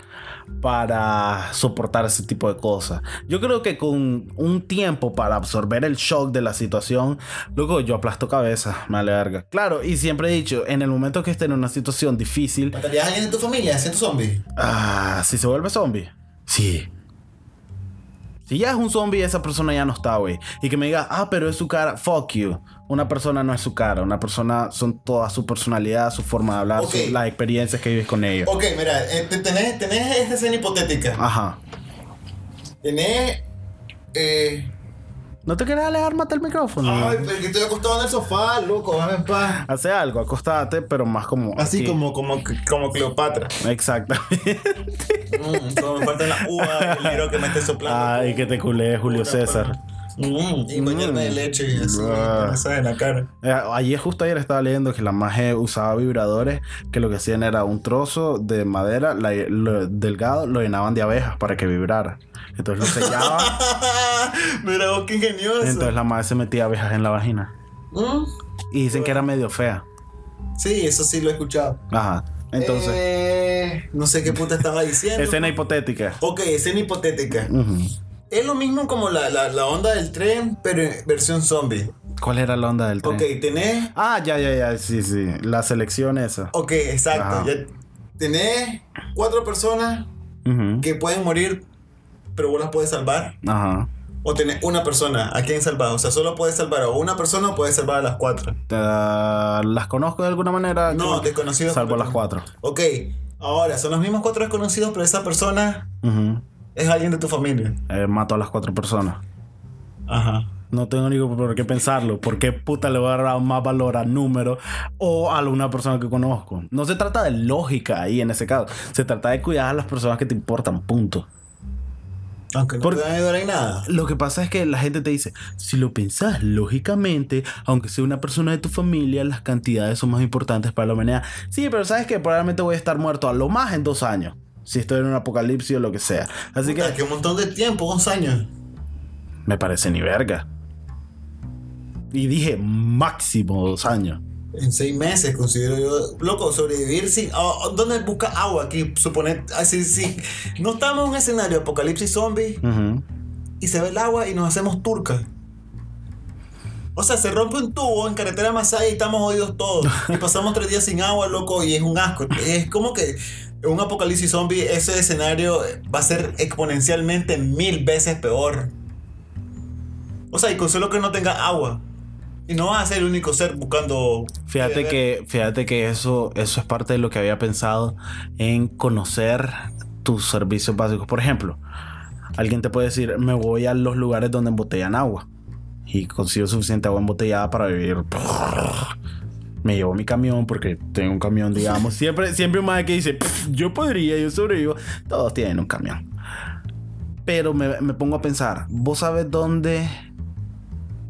Speaker 1: para soportar ese tipo de cosas. Yo creo que con un tiempo para absorber el shock de la situación, luego yo aplasto cabeza, me alarga. Claro, y siempre he dicho, en el momento que esté en una situación difícil,
Speaker 2: ¿Matarías a alguien de tu familia siendo zombie?
Speaker 1: ah, si se vuelve zombie, sí. Si ya es un zombie, esa persona ya no está, güey. Y que me diga, ah, pero es su cara, fuck you. Una persona no es su cara, una persona son toda su personalidad, su forma de hablar, su-
Speaker 2: Ok.
Speaker 1: las experiencias que vives con ellos.
Speaker 2: Ok, mira, eh, te- tenés, tenés esta escena hipotética.
Speaker 1: Ajá.
Speaker 2: Tenés. Eh,
Speaker 1: No te quieras alejar, mata el micrófono.
Speaker 2: ay, pero que estoy acostado en el sofá, loco, dame en paz.
Speaker 1: Hace algo, acostate, pero más como.
Speaker 2: Así
Speaker 1: aquí.
Speaker 2: como, como, como Cleopatra.
Speaker 1: Exactamente.
Speaker 2: Mm, solo me falta la uva y el tiro que me esté soplando.
Speaker 1: Ay, Ah, que te culé, Julio César.
Speaker 2: Mm, y bañarme de leche y así,
Speaker 1: Ah.
Speaker 2: me sale en la cara.
Speaker 1: Eh, Ayer, justo ayer estaba leyendo que la maje usaba vibradores, que lo que hacían era un trozo de madera la- lo- delgado, lo llenaban de abejas para que vibrara. Entonces lo sellaban,
Speaker 2: mira vos, qué ingenioso.
Speaker 1: entonces la maje se metía abejas en la vagina.
Speaker 2: Mm,
Speaker 1: Y dicen que era medio fea.
Speaker 2: sí, eso sí lo he escuchado.
Speaker 1: Ajá. Entonces,
Speaker 2: Eh, no sé qué puta estaba diciendo.
Speaker 1: escena hipotética.
Speaker 2: Ok, escena hipotética.
Speaker 1: Ujú.
Speaker 2: Es lo mismo como la, la- la onda del tren, pero en versión zombie.
Speaker 1: ¿Cuál era la onda del tren?
Speaker 2: Ok, tenés.
Speaker 1: Ah, ya, ya, ya, sí, sí. La selección esa.
Speaker 2: Ok, exacto.
Speaker 1: Ajá.
Speaker 2: ya tenés cuatro personas
Speaker 1: Ujú.
Speaker 2: que pueden morir, pero vos las puedes salvar.
Speaker 1: Ajá.
Speaker 2: O tenés una persona a quien salvas. O sea, solo puedes salvar a una persona o puedes salvar a las cuatro.
Speaker 1: Te- ¿Las conozco de alguna manera?
Speaker 2: No,
Speaker 1: Creo que-
Speaker 2: desconocidos.
Speaker 1: Salvo las cuatro.
Speaker 2: Ok, ahora son los mismos cuatro desconocidos, pero esa persona
Speaker 1: Ujú.
Speaker 2: es alguien de tu familia.
Speaker 1: Eh, mato a las cuatro personas.
Speaker 2: Ajá.
Speaker 1: No tengo ni por qué pensarlo. ¿Por qué puta le voy a dar más valor a número o a una persona que conozco? No se trata de lógica ahí en ese caso. Se trata de cuidar a las personas que te importan, punto.
Speaker 2: Aunque no
Speaker 1: Por-
Speaker 2: te van a ayudar en nada.
Speaker 1: Lo que pasa es que la gente te dice, si lo pensás lógicamente, aunque sea una persona de tu familia, las cantidades son más importantes para la humanidad. Sí, pero sabes que probablemente voy a estar muerto a lo más en dos años. Si estoy en un apocalipsis o lo que sea. Así
Speaker 2: Puta,
Speaker 1: que
Speaker 2: que un montón de tiempo, dos años.
Speaker 1: me parece ni verga. Y dije máximo dos años.
Speaker 2: En seis meses considero yo, loco, sobrevivir sin... ah, ¿Dónde busca agua aquí? Suponer, así, sí. No estamos en un escenario de apocalipsis zombie
Speaker 1: Ujú.
Speaker 2: y se ve el agua y nos hacemos turcas. O sea, se rompe un tubo en carretera Masaya y estamos jodidos todos. Y pasamos tres días sin agua, loco, y es un asco. Es como que un apocalipsis zombie, ese escenario va a ser exponencialmente mil veces peor. O sea, y con solo que no tenga agua. Y no vas a ser el único ser buscando...
Speaker 1: Fíjate
Speaker 2: beber.
Speaker 1: que, fíjate que eso, eso es parte de lo que había pensado en conocer tus servicios básicos. Por ejemplo, alguien te puede decir, me voy a los lugares donde embotellan agua y consigo suficiente agua embotellada para vivir. Me llevo mi camión porque tengo un camión, digamos. Siempre, siempre un madre que dice, "Pff, yo podría, yo sobrevivo. Todos tienen un camión. Pero me, me pongo a pensar, ¿vos sabes dónde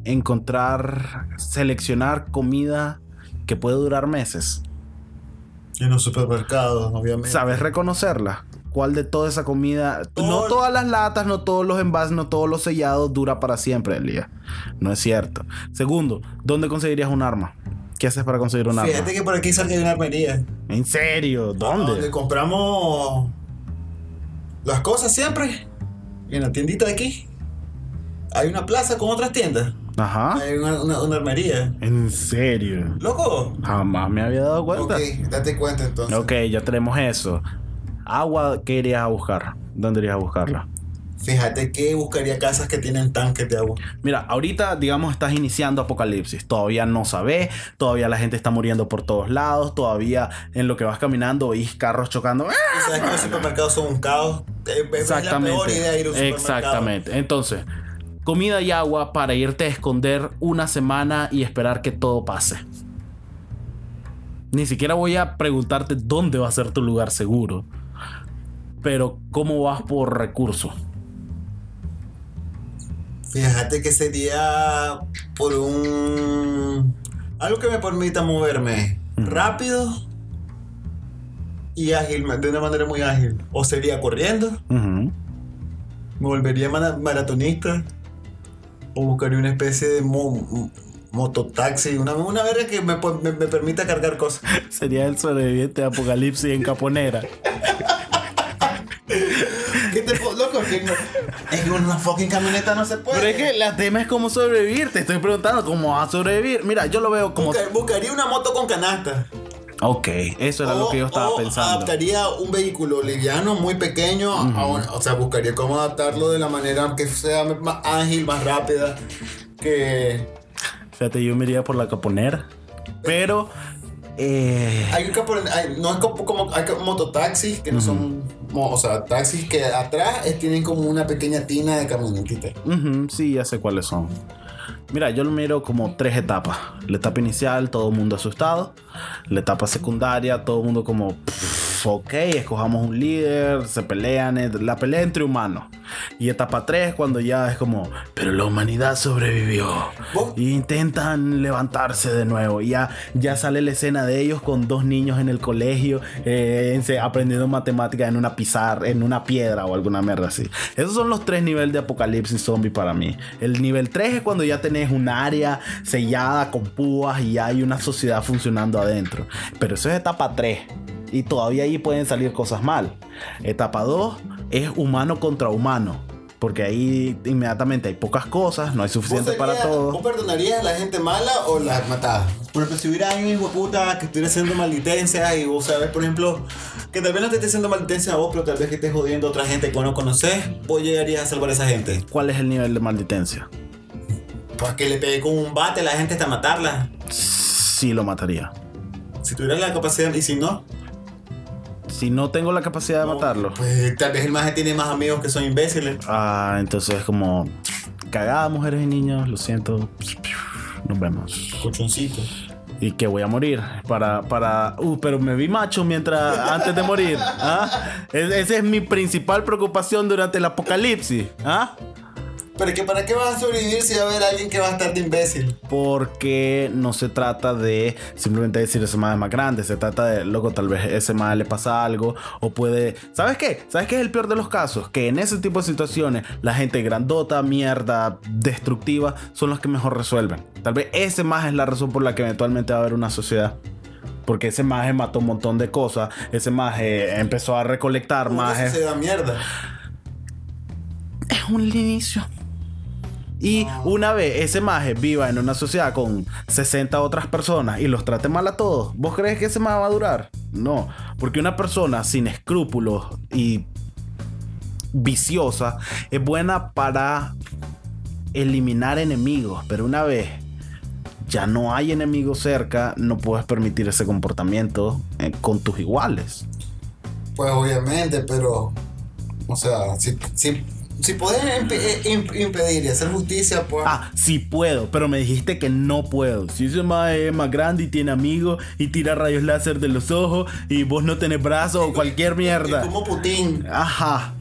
Speaker 1: encontrar, seleccionar comida que puede durar meses.
Speaker 2: En los supermercados, obviamente.
Speaker 1: ¿Sabes reconocerla? ¿Cuál de toda esa comida?
Speaker 2: Todo-
Speaker 1: No todas las latas, no todos los envases, no todos los sellados dura para siempre el día. No es cierto. Segundo, ¿dónde conseguirías un arma? ¿Qué haces para conseguir un
Speaker 2: Fíjate
Speaker 1: arma?
Speaker 2: que por aquí cerca hay una armería.
Speaker 1: ¿En serio?
Speaker 2: Donde
Speaker 1: ¿Dónde?
Speaker 2: compramos las cosas siempre. En la tiendita de aquí. Hay una plaza con otras tiendas.
Speaker 1: Ajá.
Speaker 2: Hay una, una- una armería.
Speaker 1: ¿En serio?
Speaker 2: Loco.
Speaker 1: Jamás me había dado cuenta.
Speaker 2: Ok, date cuenta entonces.
Speaker 1: ok, ya tenemos eso. Agua, ¿qué irías a buscar? ¿Dónde irías a buscarla?
Speaker 2: Fíjate que buscaría casas que tienen tanques de agua.
Speaker 1: Mira, ahorita, digamos, estás iniciando Apocalipsis. Todavía no sabes, todavía la gente está muriendo por todos lados, todavía en lo que vas caminando oís carros chocando. ¡Ah!
Speaker 2: Y sabes que los supermercados son un caos. Eh, Es la peor idea ir a
Speaker 1: Exactamente.
Speaker 2: un supermercado.
Speaker 1: Exactamente. Entonces, comida y agua para irte a esconder una semana y esperar que todo pase. Ni siquiera voy a preguntarte dónde va a ser tu lugar seguro, pero cómo vas por recursos.
Speaker 2: Fíjate que sería por un... Algo que me permita moverme rápido y ágil, de una manera muy ágil. O sería corriendo,
Speaker 1: Ujú.
Speaker 2: me volvería mana- maratonista o buscaría una especie de mo- mo- mototaxi, una, una verga que me, pu- me- me permita cargar cosas.
Speaker 1: Sería el sobreviviente de Apocalipsis en Caponera.
Speaker 2: ¿Qué te po- loco? Que no- es que una fucking camioneta no se puede.
Speaker 1: Pero es que la tema es cómo sobrevivir. Te estoy preguntando cómo vas a sobrevivir. Mira, yo lo veo como.
Speaker 2: Busca- buscaría una moto con canasta.
Speaker 1: Ok, eso era lo
Speaker 2: O-
Speaker 1: que yo estaba
Speaker 2: o
Speaker 1: pensando.
Speaker 2: Adaptaría un vehículo liviano, muy pequeño, a un- o sea, buscaría cómo adaptarlo de la manera que sea más ágil, más rápida. Que
Speaker 1: Fíjate, yo me iría por la caponera. Pero. eh,
Speaker 2: hay que poner- hay- no es como, como- hay como mototaxis que no son, mo- o sea, taxis que atrás eh, tienen como una pequeña tina de camionetita.
Speaker 1: ujú, sí, ya sé cuáles son. Mira, yo lo miro como tres etapas. La etapa inicial, todo el mundo asustado. La etapa secundaria, todo el mundo como, "Pff, ok, escojamos un líder, se pelean, eh, la pelea entre humanos. Y etapa 3, cuando ya es como, pero la humanidad sobrevivió.
Speaker 2: ¿Vos?
Speaker 1: Y intentan levantarse de nuevo. Y ya, ya sale la escena de ellos con dos niños en el colegio, eh, en- aprendiendo matemáticas en una pizarra, en una piedra o alguna mierda así. Esos son los tres niveles de apocalipsis zombie para mí. El nivel 3 es cuando ya tenés un área sellada con púas y ya hay una sociedad funcionando adentro. Pero eso es etapa 3 y todavía ahí pueden salir cosas mal. Etapa 2 es humano contra humano. Porque ahí inmediatamente hay pocas cosas, no hay suficiente
Speaker 2: ¿Vos
Speaker 1: para
Speaker 2: serías-
Speaker 1: todos.
Speaker 2: ¿Vos perdonarías a la gente mala o la matás? Por ejemplo, pues, si hubiera alguien hijo de puta que estuviera haciendo malitencias y vos sabes, por ejemplo, que tal vez no te esté haciendo malitencias a vos, pero tal vez que estés jodiendo a otra gente que no conoces, vos llegarías a salvar a esa gente.
Speaker 1: ¿Cuál es el nivel de malditencia?
Speaker 2: Pues que le pegué con un bate a la gente hasta matarla.
Speaker 1: Sí lo mataría.
Speaker 2: Si tuvieras la capacidad, y si no,
Speaker 1: Si no tengo la capacidad de matarlo.
Speaker 2: pues tal vez el maje tiene más amigos que son imbéciles.
Speaker 1: Ah, entonces es como cagada mujeres y niños, lo siento. Nos vemos.
Speaker 2: Cochoncito.
Speaker 1: Y que voy a morir para para uh, pero me vi macho mientras antes de morir, ¿ah? Es- esa es mi principal preocupación durante el apocalipsis, ¿ah?
Speaker 2: Pero que para qué vas a sobrevivir si va a haber alguien que va a estar de imbécil.
Speaker 1: Porque no se trata de simplemente decir ese más es más grande, se trata de, loco, tal vez ese más le pasa algo o puede... ¿Sabes qué? ¿Sabes qué es el peor de los casos? Que en ese tipo de situaciones la gente grandota, mierda, destructiva, son los que mejor resuelven. Tal vez ese más es la razón por la que eventualmente va a haber una sociedad. Porque ese maje mató un montón de cosas. Ese maje empezó a recolectar
Speaker 2: Una
Speaker 1: majes.
Speaker 2: sociedad mierda.
Speaker 1: Es un inicio. Y una vez ese maje viva en una sociedad con 60 otras personas y los trate mal a todos, ¿vos crees que ese maje va a durar? No, porque una persona sin escrúpulos y viciosa es buena para eliminar enemigos, pero una vez ya no hay enemigos cerca, no puedes permitir ese comportamiento eh, con tus iguales.
Speaker 2: Pues obviamente, pero. O sea, si, si, si podés impe- eh, imp- impedir y hacer justicia, pues.
Speaker 1: Ah, sí puedo, pero me dijiste que no puedo. Si ese mae es más grande y tiene amigos y tira rayos láser de los ojos y vos no tenés brazos o cualquier
Speaker 2: Es
Speaker 1: mierda.
Speaker 2: como Putin.
Speaker 1: Ajá.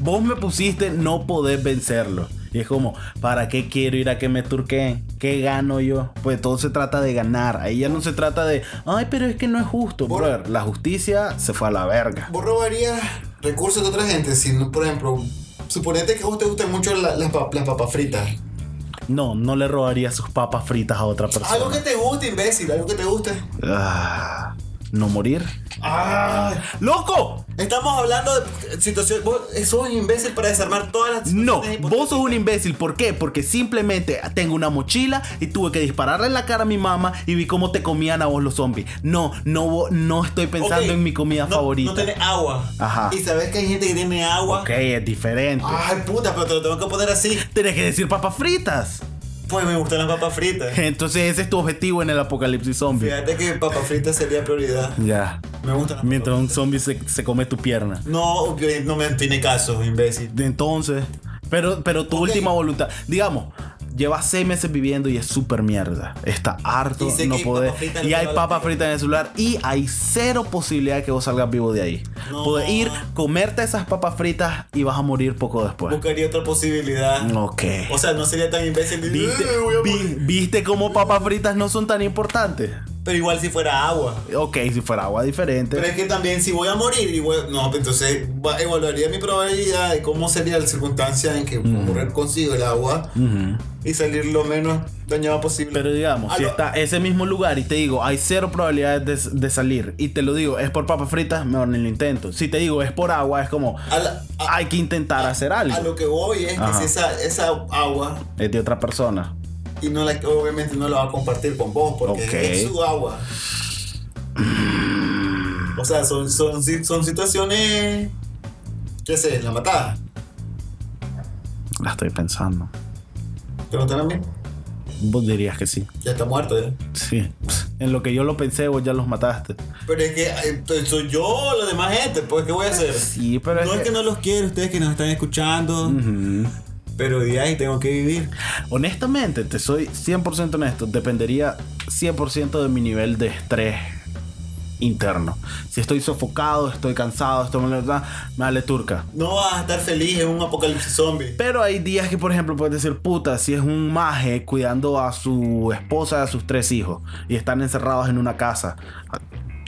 Speaker 1: Vos me pusiste no poder vencerlo. Y es como, ¿para qué quiero ir a que me turquen? ¿Qué gano yo? Pues todo se trata de ganar. Ahí ya no se trata de, ay, pero es que no es justo.
Speaker 2: Por-
Speaker 1: Brother, la justicia se fue a la verga.
Speaker 2: Vos robarías recursos de otra gente. Si, no- por ejemplo, suponete que a vos te gustan mucho la- las, pa- las papas fritas.
Speaker 1: No, no le robaría sus papas fritas a otra persona.
Speaker 2: Algo que te guste, imbécil, algo que te guste.
Speaker 1: Ah, no morir.
Speaker 2: Ah,
Speaker 1: ¡Loco!
Speaker 2: estamos hablando de situaciones. Vos sos un imbécil para desarmar todas las.
Speaker 1: No,
Speaker 2: situaciones
Speaker 1: vos sos un
Speaker 2: hipotéticas.
Speaker 1: imbécil. ¿Por qué? Porque simplemente tengo una mochila y tuve que dispararle en la cara a mi mamá y vi cómo te comían a vos los zombies. No, no, vo- no estoy pensando
Speaker 2: Ok,
Speaker 1: en mi comida
Speaker 2: no-
Speaker 1: favorita.
Speaker 2: No tenés agua.
Speaker 1: Ajá.
Speaker 2: Y sabes que hay gente que tiene agua.
Speaker 1: Ok, es diferente.
Speaker 2: Ay, puta, pero te lo tengo que poner así.
Speaker 1: Tienes que decir papas fritas.
Speaker 2: Pues me gustan las papas fritas.
Speaker 1: Entonces ese es tu objetivo en el apocalipsis zombie.
Speaker 2: Fíjate que papas fritas sería prioridad.
Speaker 1: Ya.
Speaker 2: Me gustan las
Speaker 1: Mientras
Speaker 2: papas
Speaker 1: un zombie se, se come tu pierna.
Speaker 2: fritas. No, que no me tiene caso, imbécil.
Speaker 1: Entonces, pero, pero tu
Speaker 2: Ok.
Speaker 1: última voluntad, digamos, llevas seis meses viviendo y es súper mierda. Está harto,
Speaker 2: Y sé
Speaker 1: no
Speaker 2: que hay
Speaker 1: podés.
Speaker 2: papas fritas en
Speaker 1: Y
Speaker 2: el
Speaker 1: hay
Speaker 2: celular.
Speaker 1: papas fritas en el celular y hay cero posibilidad de que vos salgas vivo de ahí.
Speaker 2: No.
Speaker 1: Poder ir, comerte esas papas fritas y vas a morir poco después.
Speaker 2: Buscaría otra posibilidad.
Speaker 1: Ok.
Speaker 2: O sea, no sería tan imbécil. de-
Speaker 1: ¿Viste,
Speaker 2: "Eh, voy a
Speaker 1: vi-
Speaker 2: morir".
Speaker 1: viste cómo papas fritas no son tan importantes?
Speaker 2: Pero igual si fuera agua.
Speaker 1: Ok, si fuera agua diferente.
Speaker 2: Pero es que también si voy a morir, y voy- no, pues entonces va- evaluaría mi probabilidad de cómo sería la circunstancia en que
Speaker 1: Mm.
Speaker 2: correr consigo el agua
Speaker 1: Ujú.
Speaker 2: y salir lo menos dañado posible.
Speaker 1: Pero digamos,
Speaker 2: A
Speaker 1: si
Speaker 2: lo-
Speaker 1: está ese mismo lugar y te digo, hay cero probabilidades de, de salir, y te lo digo, es por papas fritas, mejor ni lo intento. Si te digo, es por agua, es como,
Speaker 2: a, la- a-
Speaker 1: hay que intentar hacer
Speaker 2: a
Speaker 1: algo.
Speaker 2: lo que voy es
Speaker 1: Ajá.
Speaker 2: que si esa, esa agua
Speaker 1: Es de otra persona.
Speaker 2: y no la, obviamente no la va a compartir con vos porque
Speaker 1: Ok.
Speaker 2: es su agua. O sea, son, son, si- son situaciones. ¿Qué sé? La matada.
Speaker 1: La estoy pensando.
Speaker 2: ¿Te mataron a mí?
Speaker 1: Vos dirías que sí.
Speaker 2: Ya está muerto ya.
Speaker 1: Sí. En lo que yo lo pensé, vos ya los mataste.
Speaker 2: Pero es que ay, entonces, soy yo o la demás gente, pues ¿qué voy a hacer?
Speaker 1: Sí, Mm. pero
Speaker 2: No es que no los quiero, ustedes que nos están escuchando,
Speaker 1: Ujú.
Speaker 2: pero de ahí tengo que vivir.
Speaker 1: Honestamente, te soy 100% honesto. Dependería 100% de mi nivel de estrés interno. Si estoy sofocado, estoy cansado, estoy me vale turca.
Speaker 2: No vas a estar feliz en un apocalipsis zombie.
Speaker 1: Pero hay días que, por ejemplo, puedes decir, puta, si es un maje cuidando a su esposa y a sus tres hijos y están encerrados en una casa.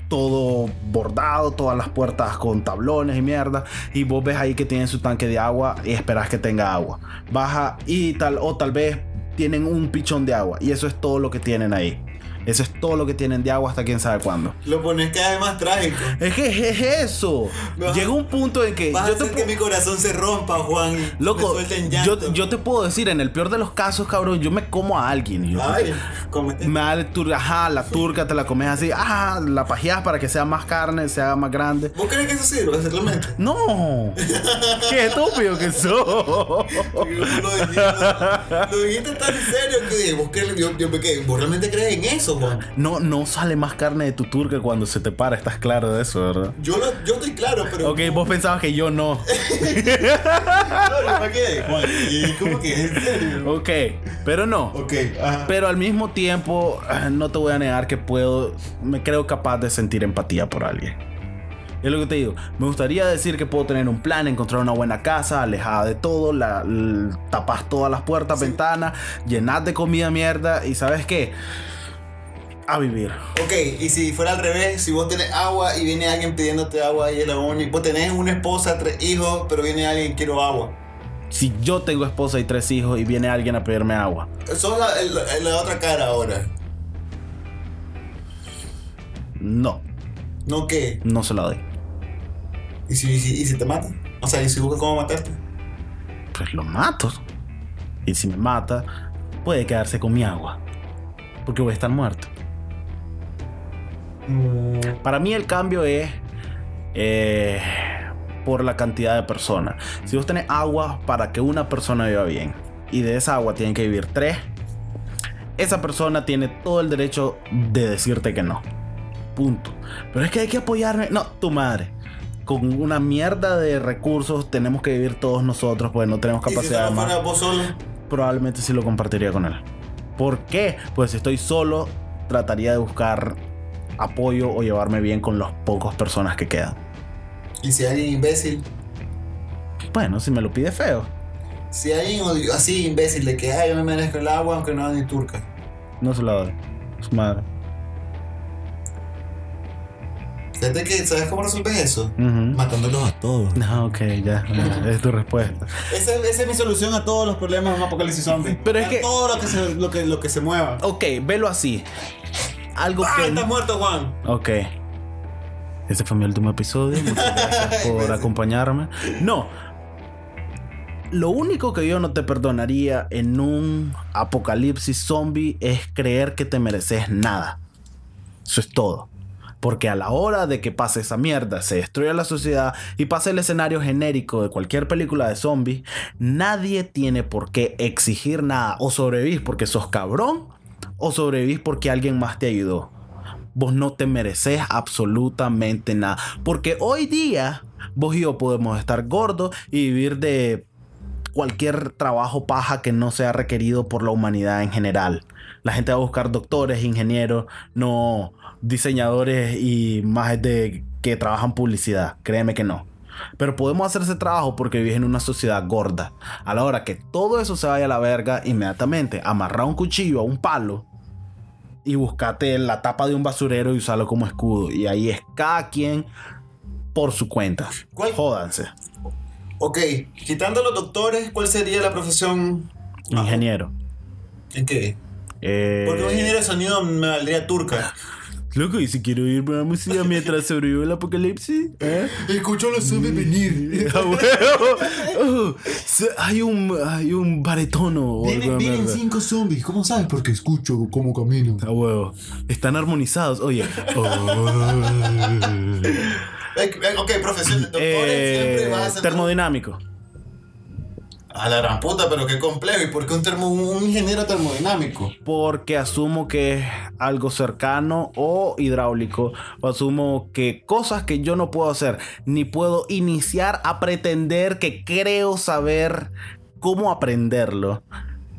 Speaker 1: Todo bordado, todas las puertas con tablones y mierda. Y vos ves ahí que tienen su tanque de agua y esperás que tenga agua. Baja y tal, o tal vez tienen un pichón de agua. Y eso es todo lo que tienen ahí. Eso es todo lo que tienen de agua hasta quién sabe cuándo.
Speaker 2: Lo pones cada vez más trágico.
Speaker 1: Es que es eso.
Speaker 2: Me vas-
Speaker 1: Llega un punto en que
Speaker 2: Vas a
Speaker 1: yo te
Speaker 2: hacer que
Speaker 1: pu-
Speaker 2: mi corazón se rompa, Juan. y me
Speaker 1: Loco,
Speaker 2: suelten
Speaker 1: yo,
Speaker 2: llanto.
Speaker 1: yo te puedo decir, en el peor de los casos, cabrón, yo me como a alguien. y yo-
Speaker 2: Ay, comete.
Speaker 1: me da el tur- ajá, la turca te la comes así, ajá, la pajeas para que sea más carne, sea más grande.
Speaker 2: ¿Vos crees que eso sirve, realmente?
Speaker 1: No, qué estúpido que soy.
Speaker 2: Lo dijiste, lo dijiste tan en serio que dije, ¿vos, crees- yo, yo me quedé, ¿vos realmente crees en eso, Juan?
Speaker 1: No, no sale más carne de tu turca cuando se te para, estás claro de eso, ¿verdad?
Speaker 2: Yo, lo- yo estoy claro, pero.
Speaker 1: Ok, vos pensabas que yo no.
Speaker 2: No, yo me quedé, Juan. Y como que en serio.
Speaker 1: Ok, pero no.
Speaker 2: Ok, ajá.
Speaker 1: Pero al mismo tiempo, ah, no te voy a negar que puedo, me creo capaz de sentir empatía por alguien. Es lo que te digo. Me gustaría decir que puedo tener un plan, encontrar una buena casa, alejada de todo, la, l- tapas todas las puertas, ventanas, llenas de comida mierda y ¿sabes qué? A vivir.
Speaker 2: Ok, y si fuera al revés, si vos tenés agua y viene alguien pidiéndote agua y es la única. Vos tenés una esposa, tres hijos, pero viene alguien quiero agua.
Speaker 1: Si yo tengo esposa y tres hijos y viene alguien a pedirme agua,
Speaker 2: Son la, el- el- la otra cara ahora.
Speaker 1: no,
Speaker 2: ¿No qué?
Speaker 1: no se la doy.
Speaker 2: ¿Y si, y si, y si te matan? O sea, ¿y si buscas cómo matarte?
Speaker 1: Pues lo mato. Y si me mata, puede quedarse con mi agua. Porque voy a estar muerto.
Speaker 2: Mm,
Speaker 1: Para mí el cambio es eh, por la cantidad de personas. Si vos tenés agua para que una persona viva bien y de esa agua tienen que vivir tres, esa persona tiene todo el derecho de decirte que no. Punto. Pero es que hay que apoyarme. No, tu madre. Con una mierda de recursos tenemos que vivir todos nosotros porque no tenemos
Speaker 2: ¿Y si
Speaker 1: capacidad
Speaker 2: solo
Speaker 1: de más
Speaker 2: fuera vos solo?
Speaker 1: probablemente sí lo compartiría con él. ¿Por qué? Pues si estoy solo, trataría de buscar apoyo o llevarme bien con los pocos personas que quedan.
Speaker 2: ¿Y si alguien imbécil?
Speaker 1: Bueno, si me lo pide feo.
Speaker 2: Si alguien odio- así imbécil de que ay, yo me merezco el agua aunque no sea ni turca.
Speaker 1: No se la doy. Su madre.
Speaker 2: Fíjate que, ¿sabes cómo resolves eso?
Speaker 1: Ujú.
Speaker 4: Matándolos a todos.
Speaker 1: No, ok, ya. ya, Es tu respuesta.
Speaker 4: Esa, esa es mi solución a todos los problemas de un apocalipsis zombie.
Speaker 1: Pero es
Speaker 4: a
Speaker 1: que-
Speaker 4: Todo lo que se, lo que, lo que se mueva.
Speaker 1: Ok, velo así. Algo
Speaker 4: ¡Ah,
Speaker 1: que...
Speaker 4: estás muerto, Juan!
Speaker 1: Ok. Este fue mi último episodio. Muchas gracias por acompañarme. No. Lo único que yo no te perdonaría en un apocalipsis zombie es creer que te mereces nada. Eso es todo. Porque a la hora de que pase esa mierda, se destruya la sociedad y pase el escenario genérico de cualquier película de zombies, nadie tiene por qué exigir nada. O sobrevivís porque sos cabrón, o sobrevivís porque alguien más te ayudó vos no te mereces absolutamente nada. Porque hoy día vos y yo podemos estar gordos y vivir de cualquier trabajo paja que no sea requerido por la humanidad en general. La gente va a buscar doctores, ingenieros, no diseñadores y más de que trabajan publicidad. Créeme que no. Pero podemos hacer ese trabajo porque vives en una sociedad gorda. A la hora que todo eso se vaya a la verga, inmediatamente amarra un cuchillo a un palo y buscate la tapa de un basurero y usarlo como escudo. Y ahí es cada quien por su cuenta.
Speaker 2: ¿Cuál?
Speaker 1: Jódanse.
Speaker 2: Ok, quitando a los doctores, ¿cuál sería la profesión?
Speaker 1: Ingeniero.
Speaker 2: ¿En qué?
Speaker 1: Eh,
Speaker 2: Porque un ingeniero de sonido me valdría turca.
Speaker 1: Loco, y si quiero ir a la música mientras sobrevivo el apocalipsis, ¿eh?
Speaker 2: Escucho los zombies venir.
Speaker 1: A huevo. Uh, se- hay un hay un baretono o alguna
Speaker 4: Vienen, vienen
Speaker 1: mierda.
Speaker 4: cinco zombies. ¿Cómo sabes? Porque escucho cómo camino.
Speaker 1: A huevo. Están armonizados. Oye. Oh.
Speaker 2: ok, profesión de doctores siempre
Speaker 1: Eh,
Speaker 2: vas a ser-
Speaker 1: termodinámico.
Speaker 2: A la gran puta, pero qué complejo. ¿Y por qué un, termo- un ingeniero termodinámico?
Speaker 1: porque asumo que es algo cercano o hidráulico. O asumo que cosas que yo no puedo hacer, ni puedo iniciar a pretender que creo saber cómo aprenderlo.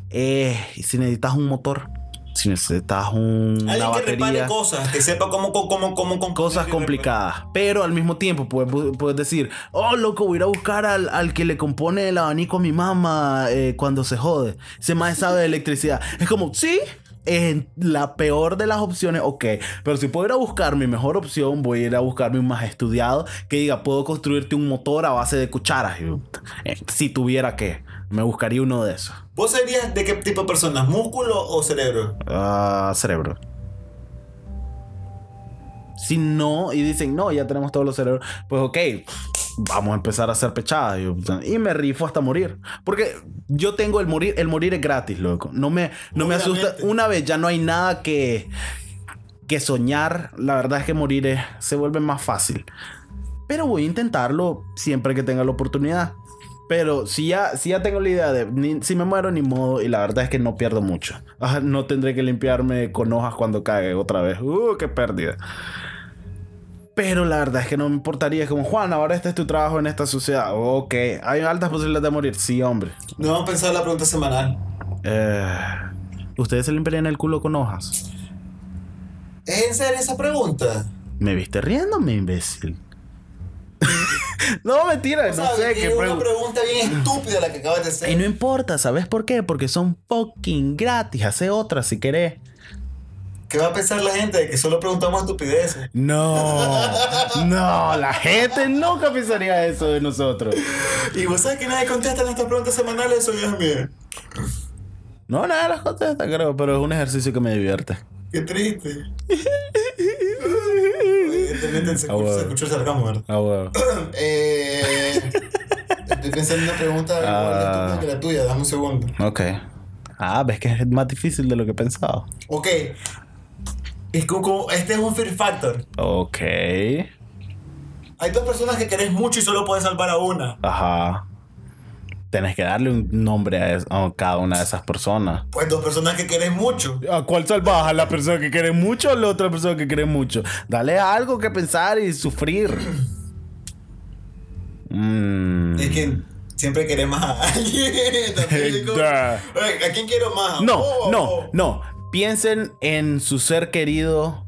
Speaker 1: Eh, si necesitas un motor, si necesitas un-
Speaker 2: Alguien
Speaker 1: una
Speaker 2: que repare
Speaker 1: batería.
Speaker 2: cosas, que sepa cómo, cómo, cómo, cómo
Speaker 1: Cosas complicadas, pero al mismo tiempo puedes, bu- puedes decir, oh loco, voy a ir a buscar al, al que le compone el abanico a mi mamá eh, cuando se jode. Se más sabe de electricidad. Es como, sí, es la peor de las opciones, ok, pero si puedo ir a buscar mi mejor opción, voy a ir a buscarme un más estudiado que diga, puedo construirte un motor a base de cucharas. Y yo, eh, si tuviera que, me buscaría uno de esos.
Speaker 2: ¿Vos serías de qué tipo de personas? ¿Músculo o cerebro?
Speaker 1: Ah, cerebro. Si no, y dicen, no, ya tenemos todos los cerebros, pues ok, vamos a empezar a hacer pechadas. yo, y me rifo hasta morir. Porque yo tengo el morir, el morir es gratis, loco. No me, no me asusta.
Speaker 2: Obviamente.
Speaker 1: Una vez ya no hay nada que, que soñar. La verdad es que morir es- se vuelve más fácil. Pero voy a intentarlo siempre que tenga la oportunidad. Pero si ya, si ya tengo la idea de ni- si me muero ni modo, y la verdad es que no pierdo mucho. Ah, no tendré que limpiarme con hojas cuando cague otra vez. ¡Uh, qué pérdida! Pero la verdad es que no me importaría. Es como, Juan, ahora este es tu trabajo en esta sociedad. Ok, ¿hay altas posibilidades de morir? Sí, hombre.
Speaker 2: No vamos a pensar la pregunta semanal.
Speaker 1: Eh, ¿Ustedes se limpiarían el culo con hojas?
Speaker 2: ¿Es en serio esa pregunta?
Speaker 1: ¿Me viste riéndome, imbécil? no, mentira,
Speaker 2: O
Speaker 1: no
Speaker 2: sea,
Speaker 1: sé
Speaker 2: es
Speaker 1: qué
Speaker 2: una
Speaker 1: pregunta.
Speaker 2: pregunta bien estúpida la que acabas de hacer.
Speaker 1: Y no importa, ¿sabes por qué? Porque son fucking gratis. Hace otra si querés.
Speaker 2: ¿Qué va a pensar la gente de que solo preguntamos estupideces?
Speaker 1: No, no, la gente nunca pensaría eso de nosotros.
Speaker 2: Y vos sabes que nadie contesta nuestras preguntas semanales, eso Dios mío.
Speaker 1: No, nada de las contesta, creo, pero es un ejercicio que me divierte.
Speaker 2: Qué triste. Evidentemente se
Speaker 1: Ah, bueno.
Speaker 2: escuchó, se escuchó el sarcasmo, ¿verdad?
Speaker 1: Ah, huevo.
Speaker 2: Eh, estoy pensando en una pregunta
Speaker 1: Ah.
Speaker 2: igual de estúpida que la tuya, dame un segundo.
Speaker 1: Ok. Ah, ves que es más difícil de lo que pensaba.
Speaker 2: Ok. Es como- como- este es un fear factor.
Speaker 1: Ok.
Speaker 2: Hay dos personas que querés mucho y solo puedes salvar a una.
Speaker 1: Ajá. Tienes que darle un nombre a, es- a cada una de esas personas.
Speaker 2: Pues dos personas que querés mucho.
Speaker 1: ¿A cuál salvaja? ¿La persona que quiere mucho o la otra persona que quiere mucho? Dale algo que pensar y sufrir. Mm.
Speaker 2: Es que siempre querés más a alguien. También es como-
Speaker 1: Da.
Speaker 2: Oye, ¿A quién quiero más?
Speaker 1: No,
Speaker 2: Oh.
Speaker 1: no, no. Piensen en su ser querido,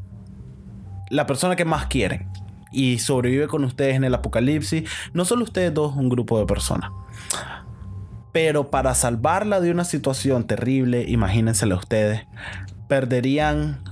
Speaker 1: la persona que más quieren y sobrevive con ustedes en el apocalipsis. No solo ustedes dos, un grupo de personas. Pero para salvarla de una situación terrible, imagínensela ustedes, perderían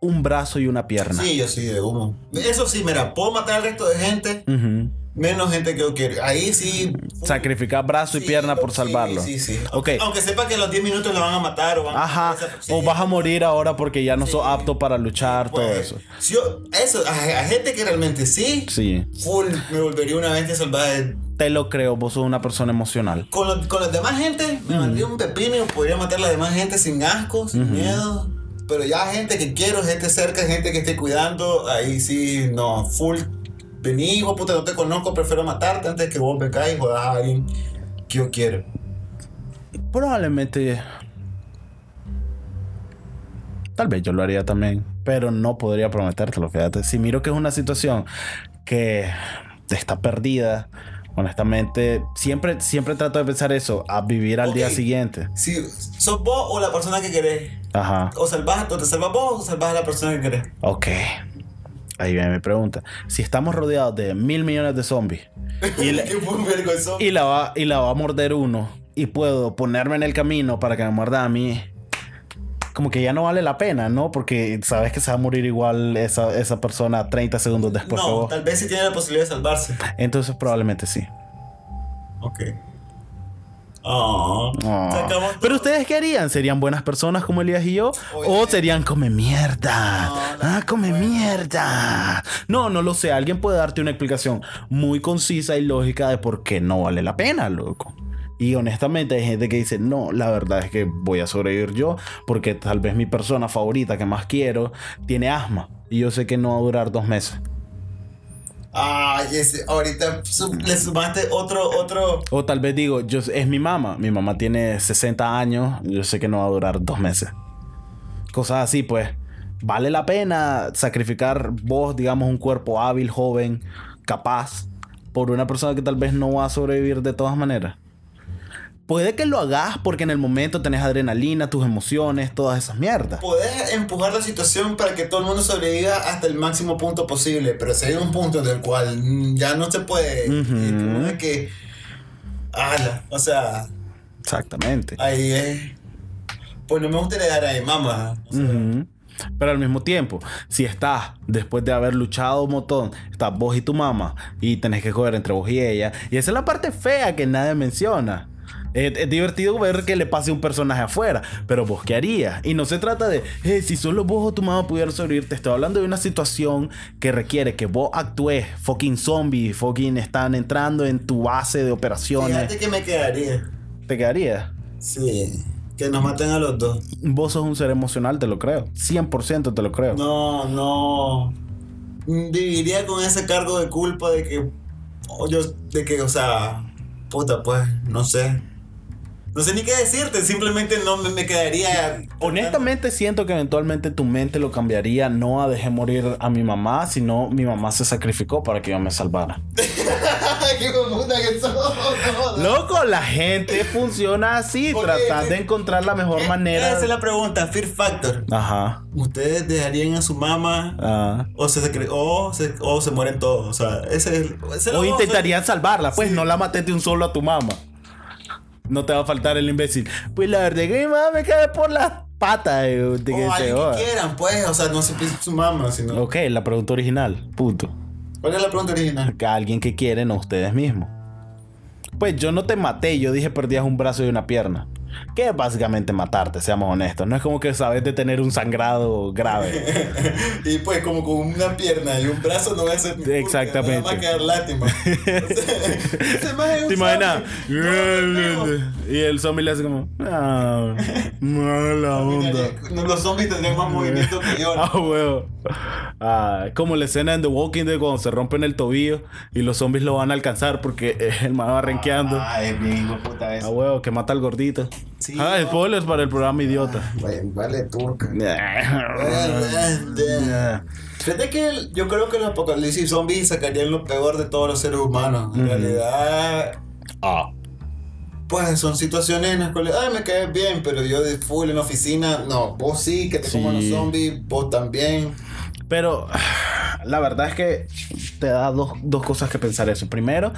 Speaker 1: un brazo y una pierna.
Speaker 2: Sí, yo sí, de humo. Eso sí, mira, puedo matar al resto de gente,
Speaker 1: Ujú.
Speaker 2: menos gente que yo quiero. Ahí sí.
Speaker 1: Sacrificar brazo y
Speaker 2: sí,
Speaker 1: pierna por
Speaker 2: sí,
Speaker 1: salvarlo.
Speaker 2: Sí, sí.
Speaker 1: Ok.
Speaker 2: Aunque sepa que en los 10 minutos lo van a matar o van a-
Speaker 1: Ajá.
Speaker 2: sí,
Speaker 1: O vas a morir ahora porque ya no sos
Speaker 2: Sí.
Speaker 1: apto para luchar, todo
Speaker 2: pues,
Speaker 1: eso.
Speaker 2: si yo, eso, a, a gente que realmente sí,
Speaker 1: Sí.
Speaker 2: full, me volvería una bestia salvaje.
Speaker 1: Te lo creo, vos sos una persona emocional.
Speaker 2: Con, los- con las demás gente, me mandé un pepino y podría matar a la demás gente sin asco, sin miedo. Pero ya gente que quiero, gente cerca, gente que esté cuidando, ahí sí, no, full. Vení, hijo, puta, no te conozco, prefiero matarte antes que vos me caigas y jodas a alguien que yo quiero.
Speaker 1: Probablemente. Tal vez yo lo haría también. Pero no podría prometértelo, fíjate. Si miro que es una situación que está perdida, honestamente, siempre, siempre trato de pensar eso, a vivir al día
Speaker 2: Ok.
Speaker 1: siguiente.
Speaker 2: Si sos vos o la persona que querés,
Speaker 1: Ajá.
Speaker 2: o salvás, o te salvas vos o salvas a la persona que querés.
Speaker 1: Ok. Ahí viene mi pregunta. Si estamos rodeados de mil millones de zombies y la,
Speaker 2: Qué buen vergonzoso.
Speaker 1: y la va, y la va a morder uno y puedo ponerme en el camino para que me muerda a mí, como que ya no vale la pena, ¿no? Porque sabes que se va a morir igual esa, esa persona 30 segundos después que
Speaker 2: no,
Speaker 1: vos.
Speaker 2: tal vez sí tiene la posibilidad de salvarse.
Speaker 1: Entonces probablemente sí.
Speaker 2: Ok. Ah.
Speaker 1: Oh.
Speaker 2: Sacamos
Speaker 1: Pero ustedes qué harían? ¿Serían buenas personas como Elías y yo? ¿O
Speaker 2: Oye.
Speaker 1: serían come mierda?
Speaker 2: No, no,
Speaker 1: ah, come mierda. No, no lo sé. Alguien puede darte una explicación muy concisa y lógica de por qué no vale la pena, loco. Y honestamente hay gente que dice, no, la verdad es que voy a sobrevivir yo porque tal vez mi persona favorita que más quiero tiene asma. Y yo sé que no va a durar dos meses.
Speaker 2: Ay, ese, ahorita su- le sumaste otro, otro.
Speaker 1: O tal vez digo, yo, es mi mamá. Mi mamá tiene 60 años. Yo sé que no va a durar dos meses. Cosas así, pues. Vale la pena sacrificar vos, digamos, un cuerpo hábil, joven, capaz, por una persona que tal vez no va a sobrevivir de todas maneras. Puede que lo hagas porque en el momento tenés adrenalina, tus emociones, todas esas mierdas.
Speaker 2: Podés empujar la situación para que todo el mundo sobreviva hasta el máximo punto posible, pero si hay un punto en el cual mm, ya no se puede. y
Speaker 1: Ujú.
Speaker 2: como de que. Ala, o sea,
Speaker 1: Exactamente.
Speaker 2: ahí es. Pues no me gustaría dar ahí, mamá. O sea,
Speaker 1: Ujú. Pero al mismo tiempo, si estás después de haber luchado un montón, estás vos y tu mamá y tenés que joder entre vos y ella, y esa es la parte fea que nadie menciona. Es, es divertido ver que le pase un personaje afuera, pero vos qué harías. Y no se trata de, "Eh, si solo vos o tu mamá pudieran sobrevivir, te estoy hablando de una situación que requiere que vos actúes. Fucking zombies, fucking están entrando en tu base de operaciones.
Speaker 2: Fíjate que me quedaría.
Speaker 1: ¿Te quedarías?
Speaker 2: Sí. Que nos maten a los dos.
Speaker 1: Vos sos un ser emocional, te lo creo. 100% te lo creo.
Speaker 2: No, no. Mm, Viviría con ese cargo de culpa de que. o yo, de que, o sea. Puta, pues, no sé. No sé ni qué decirte, simplemente no me, me quedaría.
Speaker 1: Honestamente siento que eventualmente tu mente lo cambiaría, no a dejé morir a mi mamá, sino mi mamá se sacrificó para que yo me salvara.
Speaker 2: ¡Qué hijo de puta que sos! no, no.
Speaker 1: Loco, la gente funciona así,
Speaker 2: Ok,
Speaker 1: tratar de
Speaker 2: sí.
Speaker 1: encontrar la mejor manera.
Speaker 2: Esa es eh, la pregunta, Fear Factor.
Speaker 1: Ajá.
Speaker 2: ¿Ustedes dejarían a su mamá
Speaker 1: ah.
Speaker 2: o se, secre- o se, o se mueren todos? O sea, ese es. ese es
Speaker 1: O
Speaker 2: lo-
Speaker 1: intentarían salvarla, pues no la mates de un solo a tu mamá. No te va a faltar el imbécil. Pues la verdad que mi mamá me cae por las patas. eh, de que
Speaker 2: O
Speaker 1: se
Speaker 2: alguien
Speaker 1: joda.
Speaker 2: que quieran, pues. O sea, no se piensa su mamá, sino.
Speaker 1: Ok, la pregunta original. Punto.
Speaker 2: ¿Cuál es la pregunta original?
Speaker 1: a alguien que quieren a ustedes mismos. Pues yo no te maté, yo dije perdías un brazo y una pierna. Que es básicamente matarte, seamos honestos. No es como que sabes de tener un sangrado grave.
Speaker 2: y pues, como con una pierna y un brazo, no va a ser. ni puta,
Speaker 1: Exactamente.
Speaker 2: nada más quedar lástima. Ese man es un
Speaker 1: ¿Te imaginas?
Speaker 2: zombie. No, no, no.
Speaker 1: y el zombie le hace como... "Ah, mala onda.
Speaker 2: No, Los zombies tendrían más movimiento que yo.
Speaker 1: Ah, huevo. Ah, es como la escena en The Walking Dead cuando se rompen el tobillo y los zombies lo van a alcanzar porque eh, el man va renqueando. Ah,
Speaker 4: Ay, bien, hijo de puta eso.
Speaker 1: huevo, que mata al gordito.
Speaker 2: eh. Sí,
Speaker 1: ah,
Speaker 2: no.
Speaker 1: spoilers para el programa idiota.
Speaker 4: Vale, vale turca.
Speaker 2: Ah, Fíjate que el- yo creo que el apocalipsis zombie sacarían lo peor de todos los seres humanos. En realidad,
Speaker 1: Ah.
Speaker 2: pues son situaciones en las cuales, ay, me caes bien, pero yo de full en la oficina, no, vos sí, que te
Speaker 1: Sí.
Speaker 2: coman los zombies, vos también.
Speaker 1: Pero la verdad es que te da dos, dos cosas que pensar eso. Primero,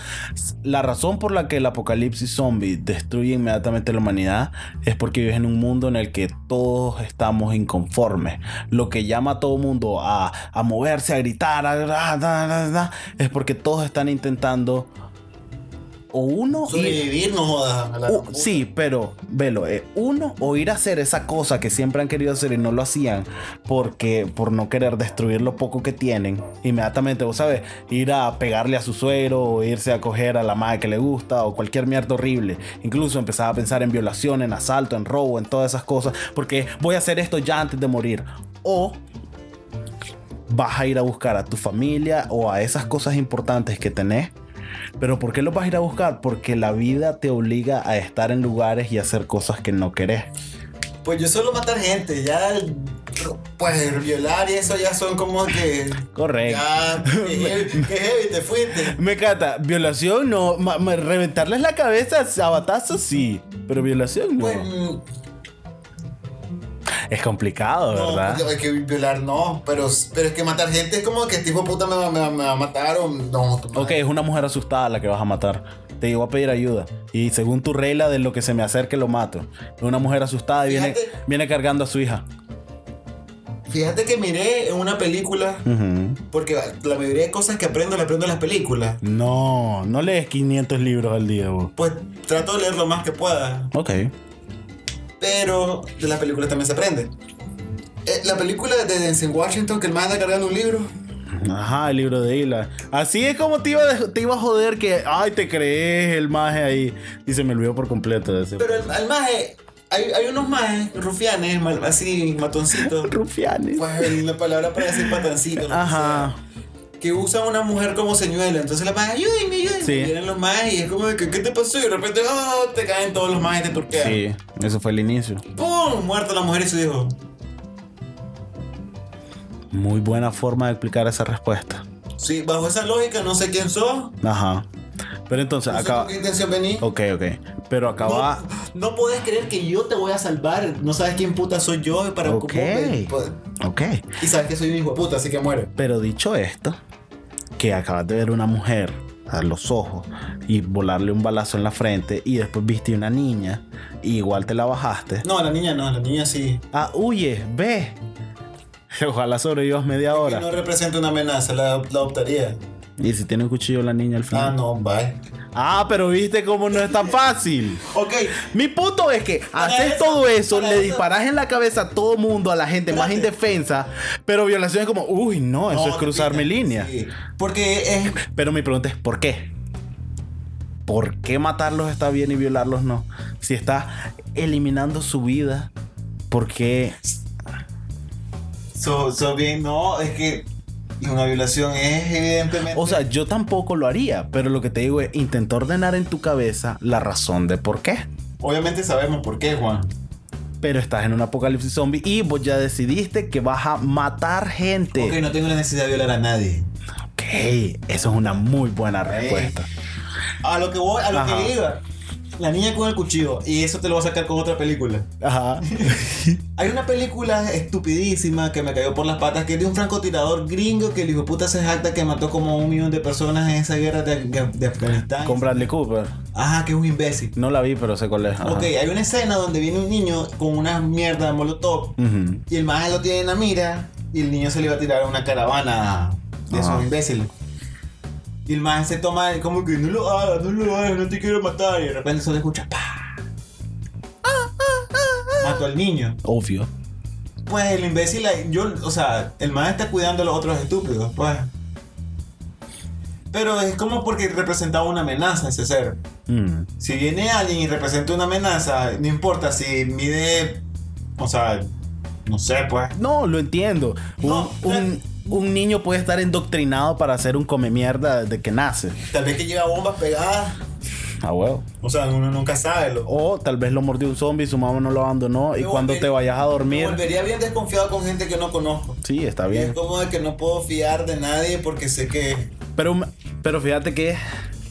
Speaker 1: la razón por la que el apocalipsis zombie destruye inmediatamente la humanidad es porque vives en un mundo en el que todos estamos inconformes. Lo que llama a todo mundo a, a moverse, a gritar, a- a- a- a- a- es porque todos están intentando o uno ir-
Speaker 2: Sobrevivir no jodas. a la
Speaker 1: Uh,
Speaker 2: puta.
Speaker 1: sí, pero velo, eh, uno o ir a hacer esa cosa que siempre han querido hacer y no lo hacían porque por no querer destruir lo poco que tienen, inmediatamente, vos sabes, ir a pegarle a su suero o irse a coger a la madre que le gusta o cualquier mierda horrible. Incluso empezaba a pensar en violación, en asalto, en robo, en todas esas cosas, porque voy a hacer esto ya antes de morir. O vas a ir a buscar a tu familia o a esas cosas importantes que tenés pero ¿por qué lo vas a ir a buscar? Porque la vida te obliga a estar en lugares y hacer cosas que no querés.
Speaker 2: Pues yo solo matar gente, ya, el- pues violar y eso ya son como que.
Speaker 1: Correcto.
Speaker 2: Ya, que heavy, que heavy, te fuiste.
Speaker 1: Me cata, violación no, ma- ma- reventarles la cabeza a batazos sí, pero violación no.
Speaker 2: Pues, mm,
Speaker 1: es complicado,
Speaker 2: No,
Speaker 1: ¿verdad?
Speaker 2: pues, hay que violar, no. Pero, pero es que matar gente es como que este hijo de puta me va, me va- me va a matar o no. tu madre.
Speaker 1: Ok, es una mujer asustada la que vas a matar. Te llegó a pedir ayuda. Y según tu regla de lo que se me acerque, lo mato. Es una mujer asustada y viene,
Speaker 2: Fíjate.
Speaker 1: viene cargando a su hija.
Speaker 2: Fíjate que miré en una película,
Speaker 1: Ujú.
Speaker 2: porque la mayoría de cosas que aprendo las aprendo en las películas.
Speaker 1: No, no lees 500 libros al día, vos.
Speaker 2: Pues trato de leer lo más que pueda,
Speaker 1: Ok.
Speaker 2: pero de las películas también se aprende. Eh, la película de Denzel Washington, que el más anda cargando un libro.
Speaker 1: Ajá, el libro de Hila. Así es como te iba, a dej- te iba a joder que, ay, te crees el maje ahí. Y se me olvidó por completo de ese.
Speaker 2: Pero el, el maje, hay, hay unos majes, rufianes, mal- así, matoncitos.
Speaker 1: Rufianes.
Speaker 2: pues la palabra para decir patancito. lo que sea.
Speaker 1: Ajá.
Speaker 2: que usa a una mujer como señuelo. Entonces la más, ayúdenme, ayúdenme.
Speaker 1: Sí.
Speaker 2: Y eran los más y es como de que, ¿qué te pasó? Y de repente, oh, te caen todos los más y te turquean.
Speaker 1: Sí, eso fue el inicio.
Speaker 2: ¡Pum! Muerta la mujer y su hijo.
Speaker 1: Muy buena forma de explicar esa respuesta.
Speaker 2: Sí, bajo esa lógica, no sé quién sos.
Speaker 1: Ajá. Pero entonces,
Speaker 2: No sé
Speaker 1: acaba.
Speaker 2: con qué intención vení.
Speaker 1: Ok, ok. Pero acaba.
Speaker 2: No, no podés creer que yo te voy a salvar. No sabes quién puta soy yo para
Speaker 1: Ok.
Speaker 2: ocuparme. Pues,
Speaker 1: Ok.
Speaker 2: Y sabes que soy un hijo de puta, así que muere.
Speaker 1: Pero dicho esto, que acabas de ver una mujer a los ojos y volarle un balazo en la frente y después viste una niña y igual te la bajaste.
Speaker 2: No, la niña no, la niña sí.
Speaker 1: Ah, huye, ve. Ojalá sobrevivas media
Speaker 2: Que no
Speaker 1: hora.
Speaker 2: representa una amenaza, la, la adoptaría.
Speaker 1: Y si tiene un cuchillo la niña al final.
Speaker 2: Ah, no, bye.
Speaker 1: Ah, pero viste cómo no es tan fácil.
Speaker 2: Ok,
Speaker 1: Mi punto es que
Speaker 2: Para
Speaker 1: haces
Speaker 2: eso,
Speaker 1: todo eso,
Speaker 2: para
Speaker 1: le
Speaker 2: eso.
Speaker 1: disparas en la cabeza a todo mundo, a la gente más
Speaker 2: Espérate.
Speaker 1: indefensa, pero violación es como, uy, no, eso
Speaker 2: No,
Speaker 1: es cruzar mi
Speaker 2: sí.
Speaker 1: línea.
Speaker 2: porque es.
Speaker 1: Pero mi pregunta es, ¿por qué? ¿Por qué matarlos está bien y violarlos no? Si estás eliminando su vida, ¿por qué?
Speaker 4: So, so bien, no, es que una violación es evidentemente.
Speaker 1: O sea, yo tampoco lo haría, pero lo que te digo es, intenta ordenar en tu cabeza la razón de por qué.
Speaker 2: Obviamente sabemos por qué, Juan.
Speaker 1: Pero estás en un apocalipsis zombie y vos ya decidiste que vas a matar gente.
Speaker 4: ok, no tengo la necesidad de violar a nadie.
Speaker 1: Ok, eso es una muy buena respuesta.
Speaker 4: A lo que voy, a lo
Speaker 1: Ajá.
Speaker 4: que iba. La niña con el cuchillo, y eso te lo va a sacar con otra película.
Speaker 1: Ajá.
Speaker 4: Hay una película estupidísima que me cayó por las patas que es de un francotirador gringo que el hijo puta se jacta que mató como un millón de personas en esa guerra de, de- de Afganistán.
Speaker 1: Con Bradley Cooper.
Speaker 4: Ajá, que es un imbécil.
Speaker 1: No la vi, pero sé cuál es. Ajá.
Speaker 4: Ok, hay una escena donde viene un niño con una mierda de molotov
Speaker 1: Ujú.
Speaker 4: y el maje lo tiene en la mira y el niño se le iba a tirar a una caravana de esos
Speaker 1: Ajá.
Speaker 4: imbéciles. Y el maje se toma como que no lo hagas, no lo hagas, no te quiero matar. Y de repente solo escucha pa. Mató al niño.
Speaker 1: Obvio.
Speaker 4: Pues el imbécil, ahí- yo, o sea, el man está cuidando a los otros estúpidos, pues. Pero es como porque representaba una amenaza ese ser.
Speaker 1: Mm.
Speaker 4: Si viene alguien y representa una amenaza, no importa si mide, o sea, no sé, pues.
Speaker 1: No, lo entiendo. Un,
Speaker 4: No,
Speaker 1: un- un niño puede estar endoctrinado para hacer un come mierda desde que nace.
Speaker 2: Tal vez que lleva bombas pegadas.
Speaker 1: Ah, huevo.
Speaker 2: O sea, uno nunca sabe. Lo...
Speaker 1: O tal vez lo mordió un zombie y su mamá no lo abandonó. Y
Speaker 2: Me
Speaker 1: cuando
Speaker 2: volvería-
Speaker 1: te vayas a
Speaker 2: Me
Speaker 1: dormir.
Speaker 2: volvería bien desconfiado con gente que no conozco.
Speaker 1: Sí, está
Speaker 2: Y Es
Speaker 1: bien.
Speaker 2: como de que no puedo fiar de nadie porque sé que.
Speaker 1: Pero, pero fíjate que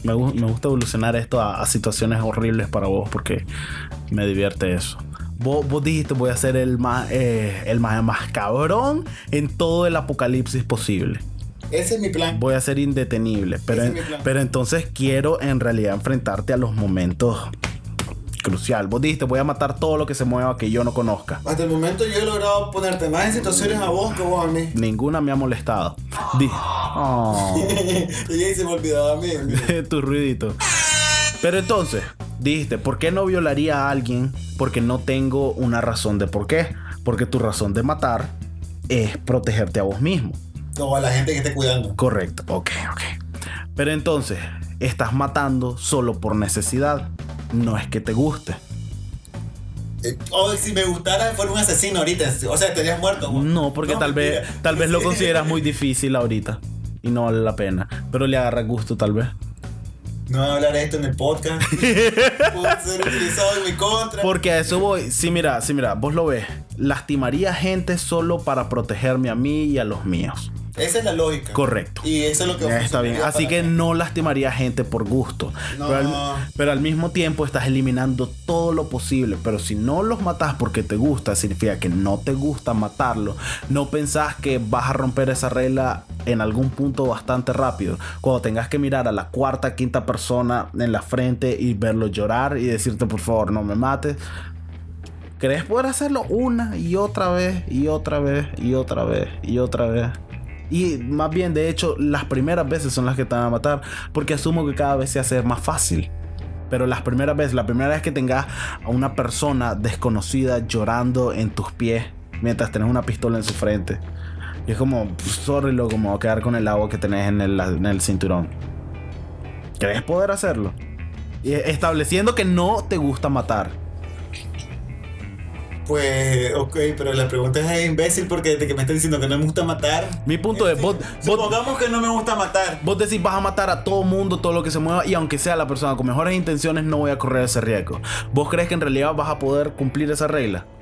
Speaker 1: me, gu- me gusta evolucionar esto a, a situaciones horribles para vos porque me divierte eso. Vos, vos dijiste voy a ser el más, eh, el más, más cabrón en todo el apocalipsis posible.
Speaker 2: Ese es mi plan.
Speaker 1: Voy a ser indetenible. Pero,
Speaker 2: Ese
Speaker 1: en-
Speaker 2: es mi plan.
Speaker 1: pero entonces quiero en realidad enfrentarte a los momentos crucial. Vos dijiste voy a matar todo lo que se mueva que yo no conozca.
Speaker 2: Hasta el momento yo he logrado ponerte más en situaciones a vos que vos a mí.
Speaker 1: Ninguna me ha molestado. Di- Oh.
Speaker 2: y ahí se me olvidaba a mí. mira.
Speaker 1: tu ruidito. Pero entonces, dijiste, ¿por qué no violaría a alguien? Porque no tengo una razón de por qué. Porque tu razón de matar es protegerte a vos mismo.
Speaker 2: O a la gente que esté cuidando.
Speaker 1: Correcto, ok, ok. Pero entonces, estás matando solo por necesidad. No es que te guste.
Speaker 2: Eh, O si me gustara, fuera un asesino ahorita. O sea, estarías muerto. vos.
Speaker 1: No, porque tal vez,
Speaker 2: mentira.
Speaker 1: tal vez lo consideras muy difícil ahorita. Y no vale la pena. Pero le agarra gusto tal vez.
Speaker 2: No voy a hablar de esto en el podcast. Puede ser utilizado en mi contra.
Speaker 1: Porque a eso voy. Sí, mira, sí, mira, vos lo ves. Lastimaría gente solo para protegerme a mí y a los míos.
Speaker 2: Esa es la lógica.
Speaker 1: Correcto.
Speaker 2: Y eso es lo que
Speaker 1: Ya Eh, está bien. Así que no lastimaría gente por gusto.
Speaker 2: No.
Speaker 1: Pero, al, pero al mismo tiempo estás eliminando todo lo posible. Pero si no los matas porque te gusta, significa que no te gusta matarlo. No pensás que vas a romper esa regla en algún punto bastante rápido. Cuando tengas que mirar a la cuarta, quinta persona en la frente y verlo llorar y decirte por favor no me mates. ¿Crees poder hacerlo una y otra vez y otra vez y otra vez y otra vez? Y más bien, de hecho, las primeras veces son las que te van a matar, porque asumo que cada vez se hace más fácil. Pero las primeras veces, la primera vez que tengas a una persona desconocida llorando en tus pies mientras tenés una pistola en su frente. Y es como, sorry, loco, me voy a quedar con el agua que tenés en el, en el cinturón. ¿Crees poder hacerlo? Y estableciendo que no te gusta matar.
Speaker 2: Pues, ok, pero la pregunta es imbécil porque desde que me están diciendo que no me gusta matar.
Speaker 1: Mi punto es, vos, vos,
Speaker 4: Supongamos que no me gusta matar.
Speaker 1: Vos decís, vas a matar a todo mundo, todo lo que se mueva, y aunque sea la persona con mejores intenciones, no voy a correr ese riesgo. ¿Vos crees que en realidad vas a poder cumplir esa regla?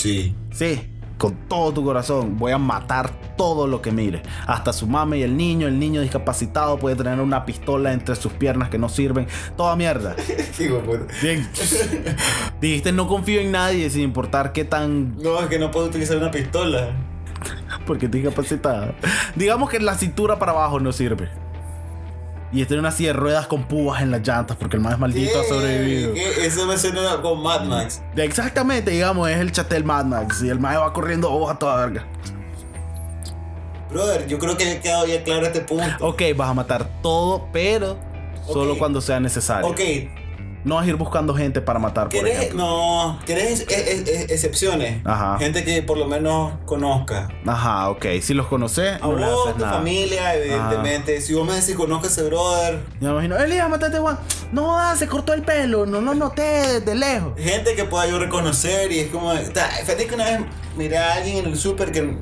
Speaker 2: Sí.
Speaker 1: Sí, con todo tu corazón, voy a matar todo lo que mire. Hasta su mame y el niño, el niño discapacitado puede tener una pistola entre sus piernas que no sirven, toda mierda.
Speaker 2: Hijo de puta.
Speaker 1: Bien. Dijiste, no confío en nadie, sin importar qué tan
Speaker 2: No, es que no puedo utilizar una pistola.
Speaker 1: Porque estoy discapacitada. Digamos que la cintura para abajo no sirve. Y este en una silla de ruedas con púas en las llantas porque el más maldito ha
Speaker 2: Eh,
Speaker 1: sobrevivido.
Speaker 2: que Eso me suena con Mad Max.
Speaker 1: De- Exactamente, digamos, es el chatel Mad Max. Y el más va corriendo oh, a toda verga.
Speaker 2: Brother, yo creo que ya quedado ya claro este punto.
Speaker 1: Ok, vas a matar todo, pero solo
Speaker 2: Ok.
Speaker 1: cuando sea necesario.
Speaker 2: Ok,
Speaker 1: No vas a ir buscando gente para matar, por
Speaker 2: ¿querés,
Speaker 1: ejemplo.
Speaker 2: no, ¿querés ex- ex- ex- excepciones?
Speaker 1: Ajá.
Speaker 2: Gente que por lo menos conozca.
Speaker 1: Ajá, ok. Si los conoces,
Speaker 2: A
Speaker 1: no le
Speaker 2: vos,
Speaker 1: haces
Speaker 2: tu
Speaker 1: nada.
Speaker 2: familia, evidentemente. Si vos me decís conozca a ese brother,
Speaker 1: Yo me imagino, Elías, matate Juan. No, ah, se cortó el pelo. No lo noté desde lejos.
Speaker 2: gente que pueda yo reconocer y es como. ta- Fíjate que una vez miré a alguien en el súper que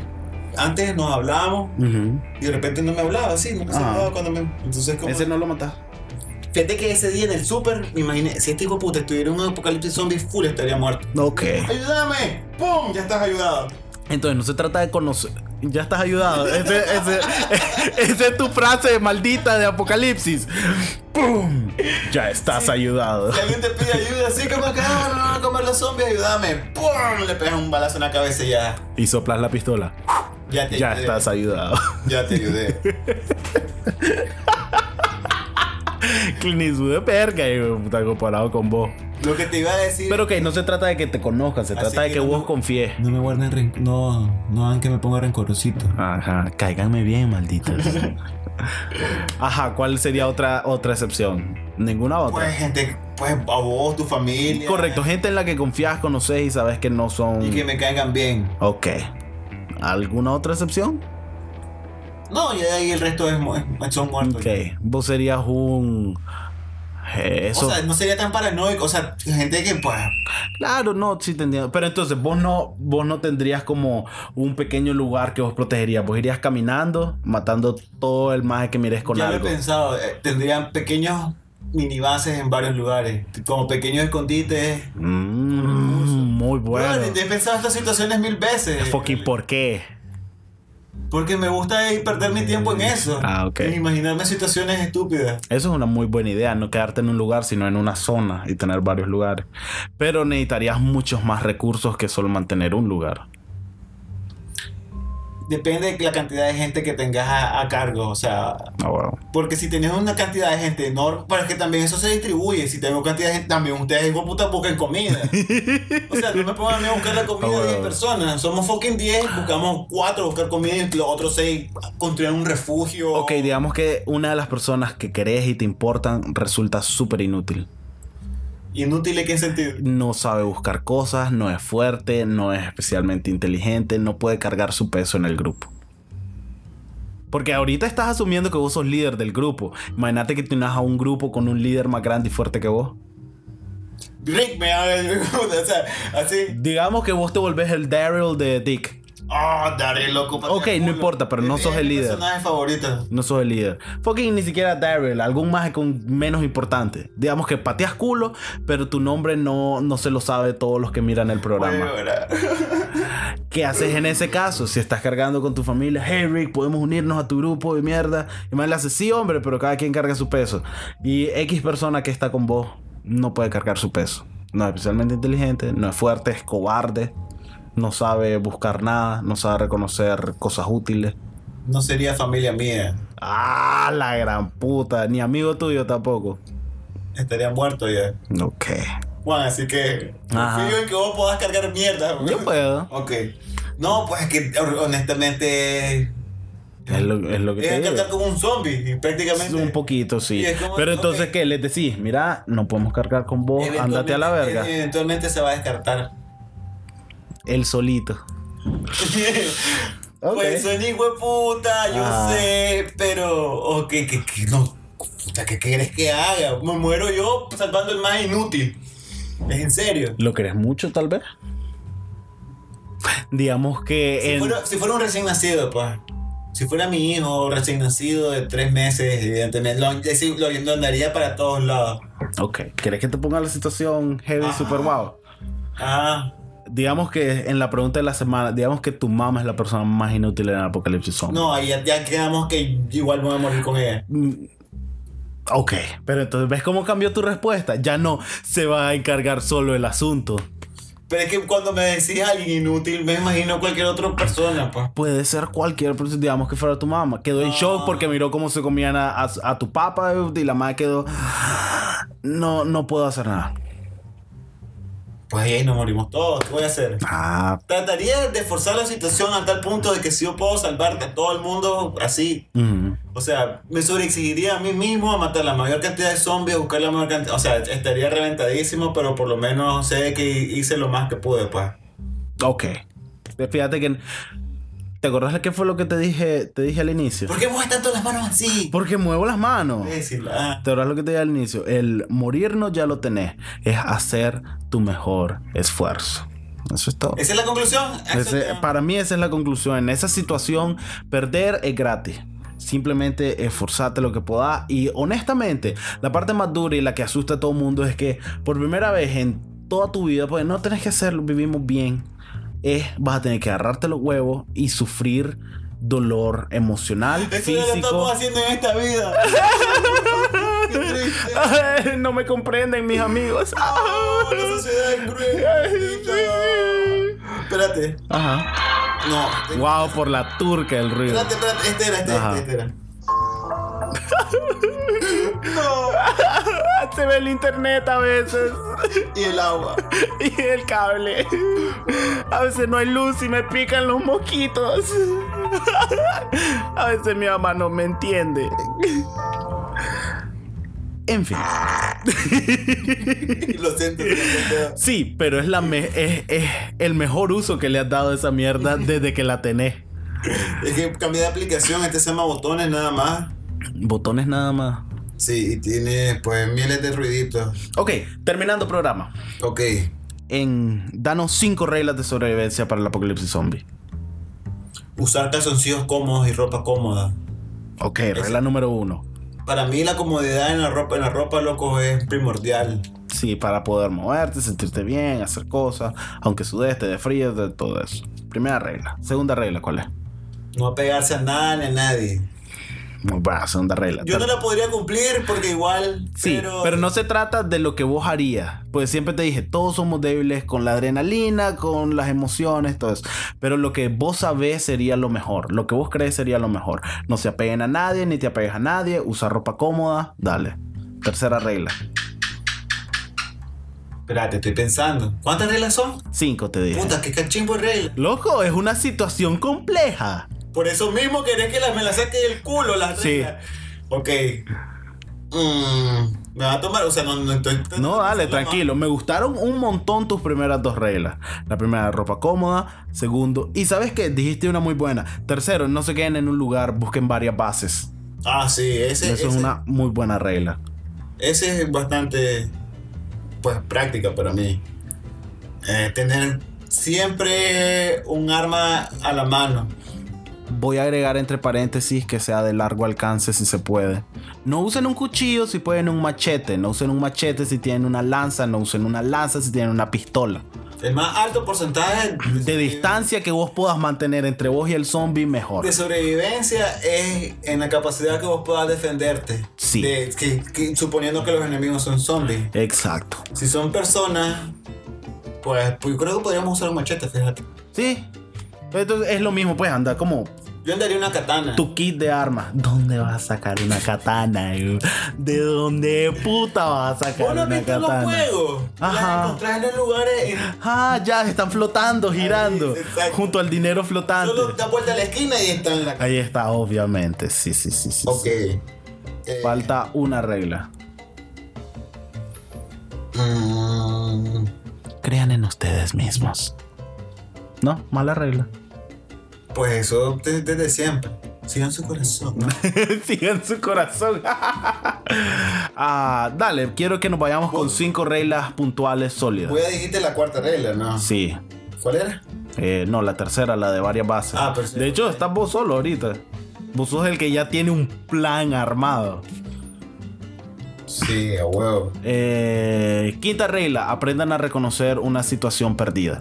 Speaker 2: antes nos hablábamos y de repente no me hablaba, sí, no me
Speaker 1: Ajá.
Speaker 2: saludaba cuando me. Entonces, como.
Speaker 1: Ese no lo matas.
Speaker 2: Fíjate que ese día en el súper, me imaginé, si este hijo de puta estuviera en un apocalipsis zombie full, estaría muerto.
Speaker 1: Ok.
Speaker 2: ¡Ayúdame! ¡Pum! Ya estás ayudado.
Speaker 1: Entonces, no se trata de conocer. Ya estás ayudado. Ese, ese, esa es tu frase maldita de Apocalipsis. ¡Pum! Ya estás ayudado.
Speaker 2: Si alguien te pide ayuda, así como que "Ah, no van a comer los zombies, ayúdame. ¡Pum! Le pegas un balazo en la cabeza y ya.
Speaker 1: Y soplas la pistola.
Speaker 2: Ya te
Speaker 1: Ya
Speaker 2: ayudé.
Speaker 1: estás ayudado.
Speaker 2: Ya te ayudé.
Speaker 1: Clint Eastwood de verga, hijo de puta, comparado con vos.
Speaker 2: Lo que te iba a decir.
Speaker 1: Pero ok, no se trata de que te conozcan, se
Speaker 2: Así
Speaker 1: trata de
Speaker 2: que
Speaker 1: que
Speaker 2: no
Speaker 1: vos
Speaker 2: me-
Speaker 1: confíes.
Speaker 4: No me guarden rencor. No, no hagan que me ponga rencorosito.
Speaker 1: Ah, Ajá, cáiganme bien, malditos. Ajá, ¿cuál sería otra, otra excepción? Ninguna otra.
Speaker 2: pues gente, pues a vos, tu familia.
Speaker 1: Correcto, gente en la que confías, conoces y sabes que no son.
Speaker 2: Pues, Y que me caigan bien.
Speaker 1: Ok. ¿Alguna otra excepción?
Speaker 2: No, ya de ahí el resto es, mu- es- son muertos.
Speaker 1: Ok. Vos serías un. Eh, Eso.
Speaker 2: O sea, no sería tan paranoico. O sea, gente que pues.
Speaker 1: claro, no, sí te entiendo. Pero entonces vos no, vos no tendrías como un pequeño lugar que vos protegerías. Vos irías caminando, matando todo el maje que mires con
Speaker 2: ya
Speaker 1: algo.
Speaker 2: lo he pensado. eh, tendrían pequeños minibases en varios lugares. Como pequeños escondites.
Speaker 1: Mm, muy bueno.
Speaker 2: Brother, he pensado estas situaciones mil veces.
Speaker 1: Fucking, ¿por qué?
Speaker 2: Porque me gusta eh, perder mi tiempo en eso.
Speaker 1: Ah, ok.
Speaker 2: En imaginarme situaciones estúpidas.
Speaker 1: Eso es una muy buena idea, no quedarte en un lugar, sino en una zona y tener varios lugares. Pero necesitarías muchos más recursos que solo mantener un lugar.
Speaker 2: Depende de la cantidad de gente que tengas a- a cargo. O sea,
Speaker 1: Ah, bueno.
Speaker 2: Porque si tenés una cantidad de gente enorme, para que también eso se distribuye. Si tengo cantidad de gente, también ustedes, hijo de puta, busquen comida. O sea, no me pongan a mí a buscar la comida
Speaker 1: Ah,
Speaker 2: de
Speaker 1: bueno.
Speaker 2: 10 personas. Somos fucking 10, buscamos 4 buscar comida y los otros 6 construyen un refugio.
Speaker 1: Ok, digamos que una de las personas que querés y te importan resulta súper inútil.
Speaker 2: Inútil, ¿en qué sentido?
Speaker 1: No sabe buscar cosas, no es fuerte, no es especialmente inteligente, no puede cargar su peso en el grupo. Porque ahorita estás asumiendo que vos sos líder del grupo. Imagínate que te unas a un grupo con un líder más grande y fuerte que vos.
Speaker 2: Rick me habla, o sea, así.
Speaker 1: Digamos que vos te volvés el Daryl de Dick.
Speaker 2: Ah, Daryl, loco. patea
Speaker 1: Ok, no
Speaker 2: culo.
Speaker 1: importa, pero no
Speaker 2: Es-
Speaker 1: sos
Speaker 2: es
Speaker 1: el
Speaker 2: mi
Speaker 1: líder.
Speaker 2: personaje favorito.
Speaker 1: No sos el líder. Fucking ni siquiera Daryl, algún más con menos importante. Digamos que pateas culo, pero tu nombre no, no se lo sabe todos los que miran el programa.
Speaker 2: Oye, ¿verdad?
Speaker 1: ¿Qué haces en ese caso? Si estás cargando con tu familia, hey Rick, podemos unirnos a tu grupo de mierda. Y más le haces, sí, hombre, pero cada quien carga su peso. Y X persona que está con vos no puede cargar su peso. No es especialmente inteligente, no es fuerte, es cobarde, no sabe buscar nada, no sabe reconocer cosas útiles.
Speaker 2: No sería familia mía.
Speaker 1: Ah, la gran puta, ni amigo tuyo tampoco.
Speaker 2: Estaría muerto ya.
Speaker 1: Ok.
Speaker 2: Juan, así que
Speaker 1: Ajá.
Speaker 2: confío en que vos podás cargar mierda. güey.
Speaker 1: Yo puedo.
Speaker 2: Ok. No, pues es que honestamente
Speaker 1: Es lo, es lo que te
Speaker 2: es
Speaker 1: digo.
Speaker 2: cargar como un zombie, y prácticamente.
Speaker 1: Un poquito, sí.
Speaker 2: Y es como,
Speaker 1: Pero
Speaker 2: ok.
Speaker 1: entonces, ¿qué? Les decís, mira, no podemos cargar con vos,
Speaker 2: Eventualmente- eh, e-
Speaker 1: andate a la verga.
Speaker 2: Eventualmente se va a descartar.
Speaker 1: El solito. Ok.
Speaker 2: Pues son hijo de puta, yo
Speaker 1: Ah.
Speaker 2: sé, pero. Ok, que, que no. Puta, ¿qué querés que haga? Me muero yo salvando el más inútil. Es en serio.
Speaker 1: ¿Lo crees mucho, tal vez? Digamos que
Speaker 2: Si
Speaker 1: en-
Speaker 2: fuera, si fuera un recién nacido, pues. Si fuera mi hijo recién nacido de tres meses, evidentemente, lo, ese- lo- lo andaría para todos lados.
Speaker 1: Ok. ¿Querés que te ponga la situación heavy,
Speaker 2: Ajá.
Speaker 1: super wow?
Speaker 2: Ah,
Speaker 1: Digamos que en la pregunta de la semana, digamos que tu mamá es la persona más inútil en el apocalipsis zombie.
Speaker 2: no, ahí ya, ya quedamos que igual me voy a morir con ella.
Speaker 1: Mm, Ok, pero entonces ves cómo cambió tu respuesta. Ya no se va a encargar solo el asunto.
Speaker 2: Pero es que cuando me decís alguien inútil, me imagino cualquier otra persona, pues.
Speaker 1: Puede ser cualquier persona, digamos que fuera tu mamá. Quedó en shock porque miró cómo se comían a, a- a tu papá y la mamá quedó. No, no puedo hacer nada.
Speaker 2: pues ahí nos morimos todos, ¿qué voy a hacer?
Speaker 1: Ah,
Speaker 2: Trataría de forzar la situación a tal punto de que si yo puedo salvarte a todo el mundo así,
Speaker 1: ujú.
Speaker 2: o sea, me sobreexigiría a mí mismo a matar la mayor cantidad de zombies, a buscar la mayor cantidad, o sea, estaría reventadísimo, pero por lo menos sé que hice lo más que pude, pues.
Speaker 1: ok. Fíjate que. ¿Te acordás de qué fue lo que te dije, te dije al inicio?
Speaker 2: ¿Por qué mueves tanto las manos así? ah.
Speaker 1: Porque muevo las manos.
Speaker 2: Sí, sí, la-
Speaker 1: Te acordás lo que te dije al inicio. El morirnos ya lo tenés. Es hacer tu mejor esfuerzo. Eso es todo.
Speaker 2: Esa es la conclusión. Eso
Speaker 1: Ese-
Speaker 2: ya.
Speaker 1: para mí esa es la conclusión. En esa situación, perder es gratis. Simplemente esforzate lo que puedas. Y honestamente, la parte más dura y la que asusta a todo el mundo es que por primera vez en toda tu vida, pues no tenés que hacerlo, vivimos bien. Es, vas a tener que agarrarte los huevos y sufrir dolor emocional,
Speaker 2: Eso ya lo
Speaker 1: físico.
Speaker 2: estamos haciendo en esta vida. Qué triste.
Speaker 1: Ay, no me comprenden mis amigos.
Speaker 2: Ah, La sociedad es cruel. No. Espérate.
Speaker 1: Ajá.
Speaker 2: No. te-
Speaker 1: Wow, por la turca el ruido.
Speaker 2: Espérate, espérate. Este era, este,
Speaker 1: Ajá.
Speaker 2: este, este era. No.
Speaker 1: Se ve el internet a veces.
Speaker 2: Y el agua.
Speaker 1: y el cable. A veces no hay luz y me pican los mosquitos. A veces mi mamá no me entiende. En fin.
Speaker 2: Lo siento. lo siento.
Speaker 1: Sí, pero es, la me- es, es el mejor uso que le has dado a esa mierda desde que la tenés.
Speaker 2: Es que cambié de aplicación. Este se llama botones nada más.
Speaker 1: Botones nada más.
Speaker 2: Sí, y tiene pues miles de ruiditos.
Speaker 1: Ok, terminando programa.
Speaker 2: Ok.
Speaker 1: En, danos cinco reglas de sobrevivencia para el apocalipsis zombie.
Speaker 2: Usar calzoncillos cómodos y ropa cómoda.
Speaker 1: Ok, regla número uno.
Speaker 2: Para mí la comodidad en la ropa, en la ropa, loco, es primordial.
Speaker 1: Sí, para poder moverte, sentirte bien, hacer cosas, aunque sudes, te dé frío, de todo eso. Primera regla. Segunda regla, ¿cuál es?
Speaker 2: No pegarse a nada ni a nadie.
Speaker 1: Muy buena, segunda regla.
Speaker 2: Yo no la podría cumplir porque igual.
Speaker 1: Sí, pero... no se trata de lo que vos harías. Pues siempre te dije, todos somos débiles con la adrenalina, con las emociones, todo eso. Pero lo que vos sabés sería lo mejor. Lo que vos crees sería lo mejor. No se apeguen a nadie, ni te apegues a nadie. Usa ropa cómoda. Dale. Tercera regla.
Speaker 2: Espérate, estoy pensando. ¿Cuántas reglas son?
Speaker 1: Cinco, te dije.
Speaker 2: Puta, qué cachimbo de reglas.
Speaker 1: Loco, es una situación compleja.
Speaker 2: Por eso mismo querés que las me las saque del culo las
Speaker 1: Sí.
Speaker 2: reglas. Ok. Mm, me va a tomar, o sea, no, no estoy.
Speaker 1: No, dale, tranquilo. Me gustaron un montón tus primeras dos reglas. La primera, ropa cómoda. Segundo, y sabes que dijiste una muy buena. Tercero, no se queden en un lugar, busquen varias bases.
Speaker 2: Ah, sí, ese,
Speaker 1: Eso es
Speaker 2: ese-
Speaker 1: una muy buena regla.
Speaker 2: ese es bastante. Pues práctica para mí. Eh, tener siempre un arma a la mano.
Speaker 1: Voy a agregar entre paréntesis que sea de largo alcance si se puede. No usen un cuchillo si pueden un machete. No usen un machete si tienen una lanza. No usen una lanza si tienen una pistola.
Speaker 2: El más alto porcentaje
Speaker 1: De distancia que vos puedas mantener entre vos y el zombie, mejor.
Speaker 2: de sobrevivencia es en la capacidad que vos puedas defenderte.
Speaker 1: Sí.
Speaker 2: De- que- que- suponiendo que los enemigos son zombies.
Speaker 1: Exacto.
Speaker 2: Si son personas, pues, pues yo creo que podríamos usar un machete, fíjate.
Speaker 1: ¿Sí? Entonces es lo mismo, pues anda como
Speaker 2: Yo andaría una katana.
Speaker 1: tu kit de armas. ¿Dónde vas a sacar una katana? eh? ¿De dónde puta vas a sacar
Speaker 2: Vos no
Speaker 1: una
Speaker 2: viste los
Speaker 1: katana?
Speaker 2: juegos.
Speaker 1: Ajá.
Speaker 2: Las encontrás en los lugares. en-
Speaker 1: Ah, ya, están flotando, girando.
Speaker 2: exacto.
Speaker 1: junto al dinero flotante.
Speaker 2: Solo da vuelta a la esquina y está en la
Speaker 1: Ahí está, obviamente. Sí, sí, sí, sí.
Speaker 2: Ok.
Speaker 1: sí.
Speaker 2: Eh,
Speaker 1: Falta una regla.
Speaker 2: mm,
Speaker 1: Crean en ustedes mismos. No, mala regla.
Speaker 2: pues eso desde, desde siempre. Sigan su corazón.
Speaker 1: Sigan su corazón. ah, dale, quiero que nos vayamos con cinco reglas puntuales sólidas.
Speaker 2: Voy a decirte la cuarta regla, ¿no?
Speaker 1: Sí.
Speaker 2: ¿Cuál era?
Speaker 1: Eh, no, la tercera, la de varias bases.
Speaker 2: Ah, pero sí.
Speaker 1: de hecho, estás vos solo ahorita. Vos sos el que ya tiene un plan armado.
Speaker 2: Sí, a huevo.
Speaker 1: Eh, quinta regla, aprendan a reconocer una situación perdida.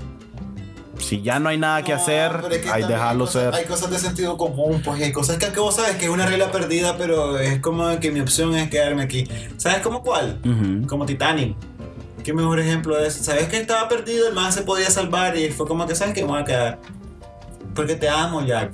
Speaker 1: Si ya no hay nada que
Speaker 2: No,
Speaker 1: hacer,
Speaker 2: Ah, pero es que
Speaker 1: hay
Speaker 2: también
Speaker 1: dejarlo
Speaker 2: hay cosas-
Speaker 1: ser.
Speaker 2: Hay cosas de sentido común, pues y hay cosas que, que vos sabes que es una regla perdida, pero es como que mi opción es quedarme aquí. ¿Sabes cómo cuál?
Speaker 1: Ujú.
Speaker 2: Como Titanic. ¿Qué mejor ejemplo es? ¿Sabes que estaba perdido? El man se podía salvar y fue como que, ¿sabes que Me voy a quedar. Porque te amo, Jack.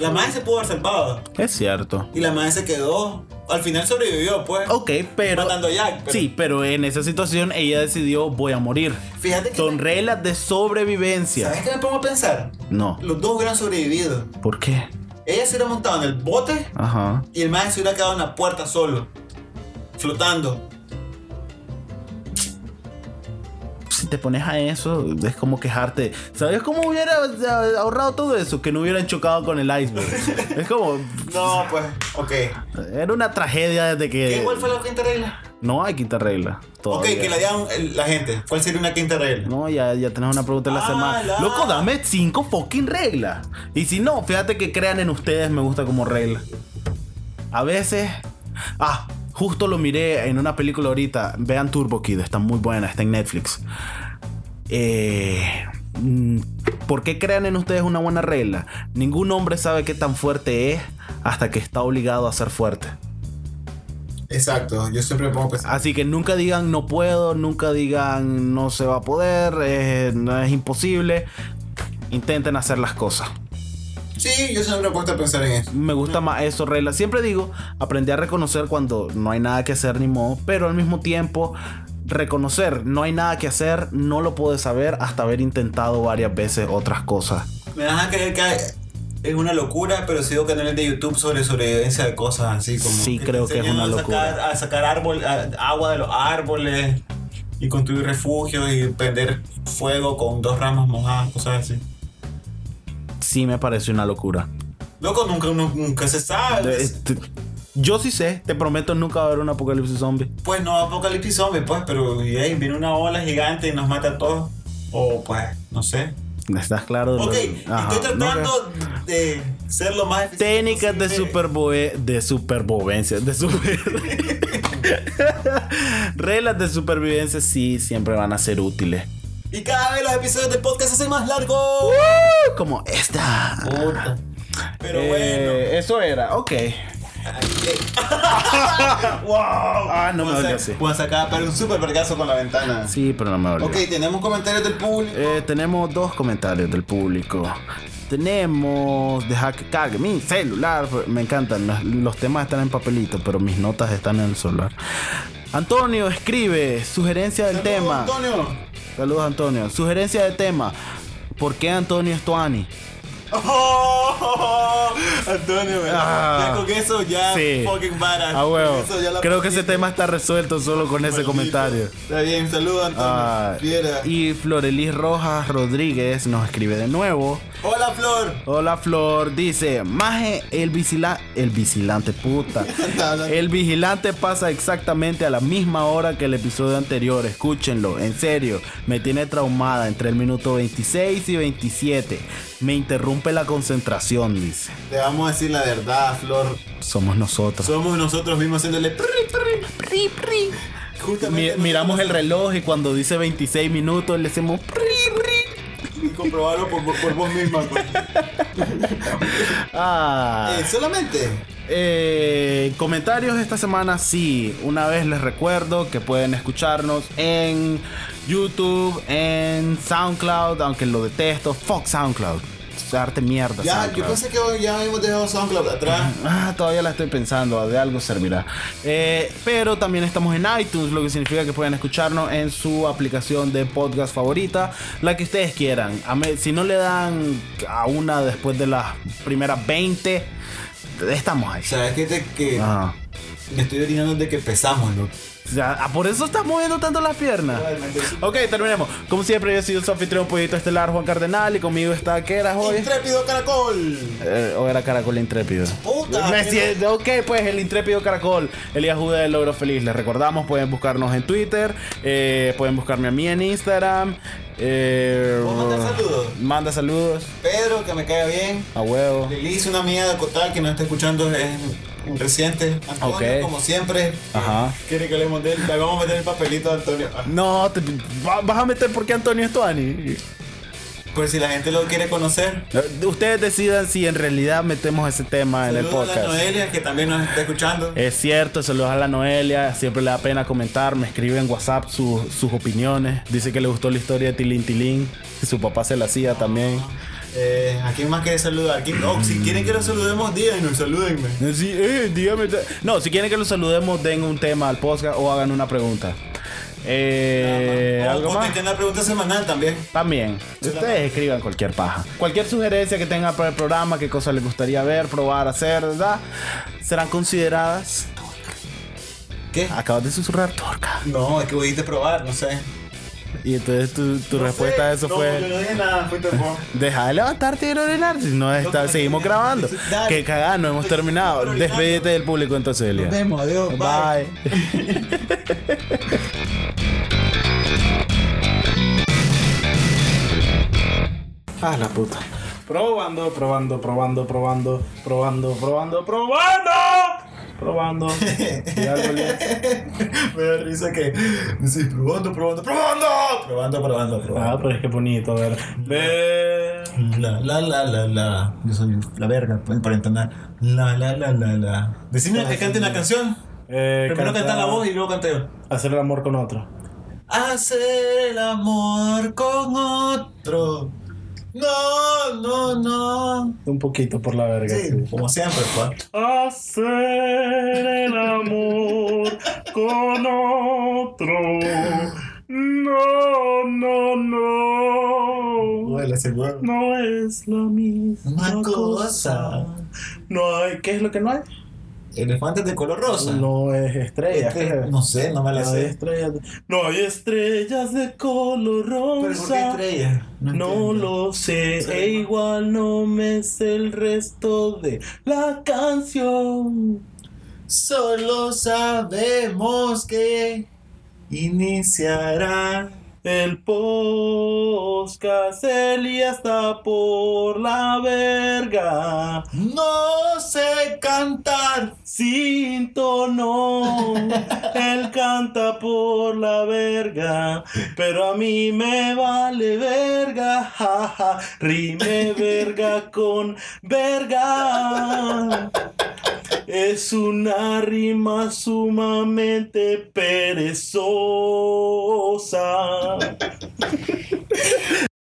Speaker 2: La madre se pudo haber salvado.
Speaker 1: Es cierto.
Speaker 2: Y la madre se quedó. al final sobrevivió, pues.
Speaker 1: Ok, pero.
Speaker 2: Matando a Jack, pero-
Speaker 1: Sí, pero en esa situación ella decidió: voy a morir.
Speaker 2: Fíjate que.
Speaker 1: Son reglas de sobrevivencia.
Speaker 2: ¿Sabes qué me pongo a pensar?
Speaker 1: No.
Speaker 2: Los dos hubieran sobrevivido.
Speaker 1: ¿Por qué?
Speaker 2: Ella se hubiera montado en el bote
Speaker 1: Ajá.
Speaker 2: y el maestro se hubiera quedado en la puerta solo. Flotando.
Speaker 1: Si te pones a eso, es como quejarte. ¿Sabes cómo hubiera eh, ahorrado todo eso? Que no hubieran chocado con el iceberg. es como.
Speaker 2: No, pues, ok.
Speaker 1: Era una tragedia desde
Speaker 2: ¿Qué,
Speaker 1: que.
Speaker 2: ¿Cuál fue la quinta regla?
Speaker 1: No hay quinta regla. Eh, Todavía.
Speaker 2: Ok, que la digan el- la gente. ¿Cuál sería una quinta regla?
Speaker 1: No, ya, ya tenés una pregunta en la
Speaker 2: Ah,
Speaker 1: semana.
Speaker 2: la-
Speaker 1: Loco, dame cinco fucking reglas. Y si no, fíjate que crean en ustedes, me gusta como regla. A veces. Ah, justo lo miré en una película ahorita. Vean Turbo Kid, está muy buena, está en Netflix. Eh, mm, ¿Por qué crean en ustedes una buena regla? Ningún hombre sabe qué tan fuerte es hasta que está obligado a ser fuerte.
Speaker 2: Exacto, yo siempre me pongo a pensar.
Speaker 1: Así que nunca digan no puedo, nunca digan no se va a poder, eh, no es imposible. Intenten hacer las cosas.
Speaker 2: Sí, yo siempre me he puesto a pensar en eso.
Speaker 1: Me gusta más eso, regla. Siempre digo, aprendí a reconocer cuando no hay nada que hacer ni modo, pero al mismo tiempo reconocer no hay nada que hacer, no lo puedes saber hasta haber intentado varias veces otras cosas.
Speaker 2: Me vas a creer que hay- es una locura, pero sigo canales de YouTube sobre sobrevivencia de cosas así como.
Speaker 1: Sí,
Speaker 2: te
Speaker 1: creo que es
Speaker 2: enseñan
Speaker 1: una
Speaker 2: a sacar-
Speaker 1: locura.
Speaker 2: a sacar árbol, a- agua de los árboles y construir refugios y prender fuego con dos ramas mojadas, cosas así.
Speaker 1: Sí me parece una locura.
Speaker 2: Loco, nunca, nu- nunca se sabe.
Speaker 1: Eh, t- Yo sí sé, te prometo nunca va a haber un apocalipsis zombie.
Speaker 2: Pues no, apocalipsis zombie, pues, pero y ahí viene una ola gigante y nos mata a todos. O pues, no sé.
Speaker 1: ¿Estás claro? de lo-
Speaker 2: Ok,
Speaker 1: Ajá,
Speaker 2: estoy
Speaker 1: no,
Speaker 2: tratando de ser lo más eficiente
Speaker 1: Técnicas de
Speaker 2: posible.
Speaker 1: superboe de supervivencia, de super reglas de supervivencia sí siempre van a ser útiles.
Speaker 2: Y cada vez los episodios del podcast se hacen más largos.
Speaker 1: Uh, Como esta.
Speaker 2: Puta. Pero
Speaker 1: Eh, Eso era, ok.
Speaker 2: bueno. wow.
Speaker 1: Ah, no me
Speaker 2: Juan
Speaker 1: dolió,
Speaker 2: sac-
Speaker 1: sí.
Speaker 2: Juan sacaba para un super vergazo con la ventana.
Speaker 1: Sí, pero no me olvido.
Speaker 2: Ok, tenemos comentarios del público.
Speaker 1: Eh, tenemos dos comentarios del público. Tenemos, deja que cargue mi celular. Me encantan. Los, los temas están en papelito, pero mis notas están en el celular. Antonio escribe sugerencia del
Speaker 2: Saludos,
Speaker 1: tema.
Speaker 2: Oh, Antonio.
Speaker 1: Saludos Antonio. Sugerencia de tema. ¿Por qué Antonio es Tuani?
Speaker 2: Oh, Antonio,
Speaker 1: Ah.
Speaker 2: ya con eso ya
Speaker 1: Sí.
Speaker 2: Ah, fucking varas.
Speaker 1: Ah, huevo.
Speaker 2: Con eso ya la
Speaker 1: Creo que ese
Speaker 2: perdiste.
Speaker 1: tema está resuelto solo con ese
Speaker 2: Maldito.
Speaker 1: comentario.
Speaker 2: Está bien, saludos Antonio.
Speaker 1: Ah,
Speaker 2: Fiera.
Speaker 1: y Florelis Rojas Rodríguez nos escribe de nuevo.
Speaker 2: Hola Flor.
Speaker 1: Hola Flor, dice, Maje, el vigilante, el vigilante, puta.
Speaker 2: Está hablando.
Speaker 1: El vigilante pasa exactamente a la misma hora que el episodio anterior, escúchenlo, en serio, me tiene traumada entre el minuto 26 y 27. Me interrumpe la concentración, dice.
Speaker 2: Te vamos a decir la verdad, Flor.
Speaker 1: Somos nosotros.
Speaker 2: Somos nosotros mismos haciéndole prri, prri, prri, prri.
Speaker 1: Mi-
Speaker 2: Justamente
Speaker 1: miramos el reloj y cuando dice 26 minutos le hacemos... pri, pri.
Speaker 2: Y comprobarlo por, por vos misma. pues.
Speaker 1: Ah.
Speaker 2: Eh, solamente.
Speaker 1: Eh, comentarios esta semana, sí. Una vez les recuerdo que pueden escucharnos en YouTube, en SoundCloud, aunque lo detesto. Fuck SoundCloud. Es arte mierda.
Speaker 2: Ya, yo
Speaker 1: SoundCloud.
Speaker 2: pensé que hoy ya hemos dejado SoundCloud atrás.
Speaker 1: Ah, todavía la estoy pensando, de algo servirá. Eh, pero también estamos en iTunes, lo que significa que pueden escucharnos en su aplicación de podcast favorita, la que ustedes quieran. A me- si no le dan a una después de las primeras 20, estamos ahí. Ah.
Speaker 2: ¿Sabes qué? Te- que
Speaker 1: Ajá.
Speaker 2: me estoy orinando desde que empezamos, loco.
Speaker 1: O sea, ah, por eso estás moviendo tanto las piernas.
Speaker 2: Realmente sí.
Speaker 1: Ok, terminemos. Como siempre, yo he sido su anfitrión Pollito Estelar, Juan Cardenal, y conmigo está, ¿qué era hoy?
Speaker 2: Intrépido caracol.
Speaker 1: Eh, o era Caracol Intrépido.
Speaker 2: Puta,
Speaker 1: Me
Speaker 2: que
Speaker 1: siento- ok, pues el Intrépido Caracol, Elías Jude del Logro Feliz. Les recordamos, pueden buscarnos en Twitter, eh, pueden buscarme a mí en Instagram. eh,
Speaker 2: ¿Puedo mandar saludos?
Speaker 1: Manda saludos,
Speaker 2: Pedro, que me caiga bien.
Speaker 1: a huevo.
Speaker 2: Liz, una amiga de Cotal que nos está escuchando, es reciente. Antonio,
Speaker 1: Ok.
Speaker 2: como siempre.
Speaker 1: Ajá.
Speaker 2: Quiere que hablemos de él. Le vamos a meter el papelito a Antonio. Ah,
Speaker 1: No, te- va- vas a meter porque Antonio es Tuani.
Speaker 2: Pues si la gente lo quiere conocer.
Speaker 1: Eh, Ustedes decidan si en realidad metemos ese tema en el
Speaker 2: Saludos
Speaker 1: podcast. Eh.
Speaker 2: a la Noelia, que también nos está escuchando.
Speaker 1: Es cierto, saludos a la Noelia, siempre le da pena comentar, me escribe en WhatsApp sus- sus opiniones, dice que le gustó la historia de Tilín Tilín, que su papá se la hacía también.
Speaker 2: Eh, ¿A quién más quieres saludar? ¿Quién- o si quieren que los saludemos, díganos, salúdenme.
Speaker 1: Sí, eh, dígame ta- No, si quieren que los saludemos, den un tema al podcast o hagan una pregunta. Eh,
Speaker 2: O
Speaker 1: ¿Algo más?
Speaker 2: contesten la pregunta semanal también.
Speaker 1: También, ustedes escriban cualquier paja. Cualquier sugerencia que tengan para el programa, qué cosas les gustaría ver, probar, hacer, ¿verdad? Serán consideradas.
Speaker 2: ¿Qué?
Speaker 1: Acabas de susurrar torca.
Speaker 2: No, es que pudiste probar, no sé.
Speaker 1: Y entonces tu, tu respuesta a eso
Speaker 5: no,
Speaker 1: fue.
Speaker 5: Yo no dije nada, fuiste vos.
Speaker 1: Deja de levantarte y ir a orinar. Si no, está-
Speaker 2: no,
Speaker 1: seguimos
Speaker 2: no,
Speaker 1: grabando.
Speaker 2: no, dale.
Speaker 1: Que cagada, no hemos terminado.
Speaker 2: orinando.
Speaker 1: Despídete del público entonces, Elia.
Speaker 2: Nos vemos, adiós, bye.
Speaker 1: Bye.
Speaker 2: Ah, la puta.
Speaker 1: Probando, probando, probando, probando, probando, probando, probando. Probando. Y algo le-
Speaker 2: Me da risa que. Sí, probando, probando, probando. Probando, probando,
Speaker 1: Ah,
Speaker 2: probando.
Speaker 1: pero es que bonito, a ver. Ve.
Speaker 2: La, la, la, la, la. Yo soy la verga, pues, para entender. La, la, la, la, la. Decime que cante una canción.
Speaker 1: Eh,
Speaker 2: Primero canta la voz y luego canta yo.
Speaker 1: Hacer el amor con otro.
Speaker 2: Hacer el amor con otro. No, no, no.
Speaker 1: Un poquito por la verga.
Speaker 2: Sí, como siempre, pues.
Speaker 6: Hacer el amor con otro. No, no, no.
Speaker 2: Huele ese huevo.
Speaker 6: No es la misma
Speaker 2: Una cosa.
Speaker 6: No hay. ¿Qué es lo que no hay?
Speaker 2: Elefantes de color rosa.
Speaker 6: No es estrella.
Speaker 2: Este, no sé, no me la
Speaker 6: No hay
Speaker 2: sé.
Speaker 6: estrellas. de- No hay estrellas de color
Speaker 2: ¿Pero por qué
Speaker 6: rosa.
Speaker 2: estrella?
Speaker 6: No
Speaker 2: entiendo.
Speaker 6: lo sé,
Speaker 2: Sí.
Speaker 6: e igual no me sé el resto de la canción.
Speaker 2: Solo sabemos que iniciará.
Speaker 6: El podcast Elia está por la verga.
Speaker 2: No sé cantar.
Speaker 6: Sin tono, él canta por la verga, pero a mí me vale verga, jaja, rime verga con verga. Es una rima sumamente perezosa.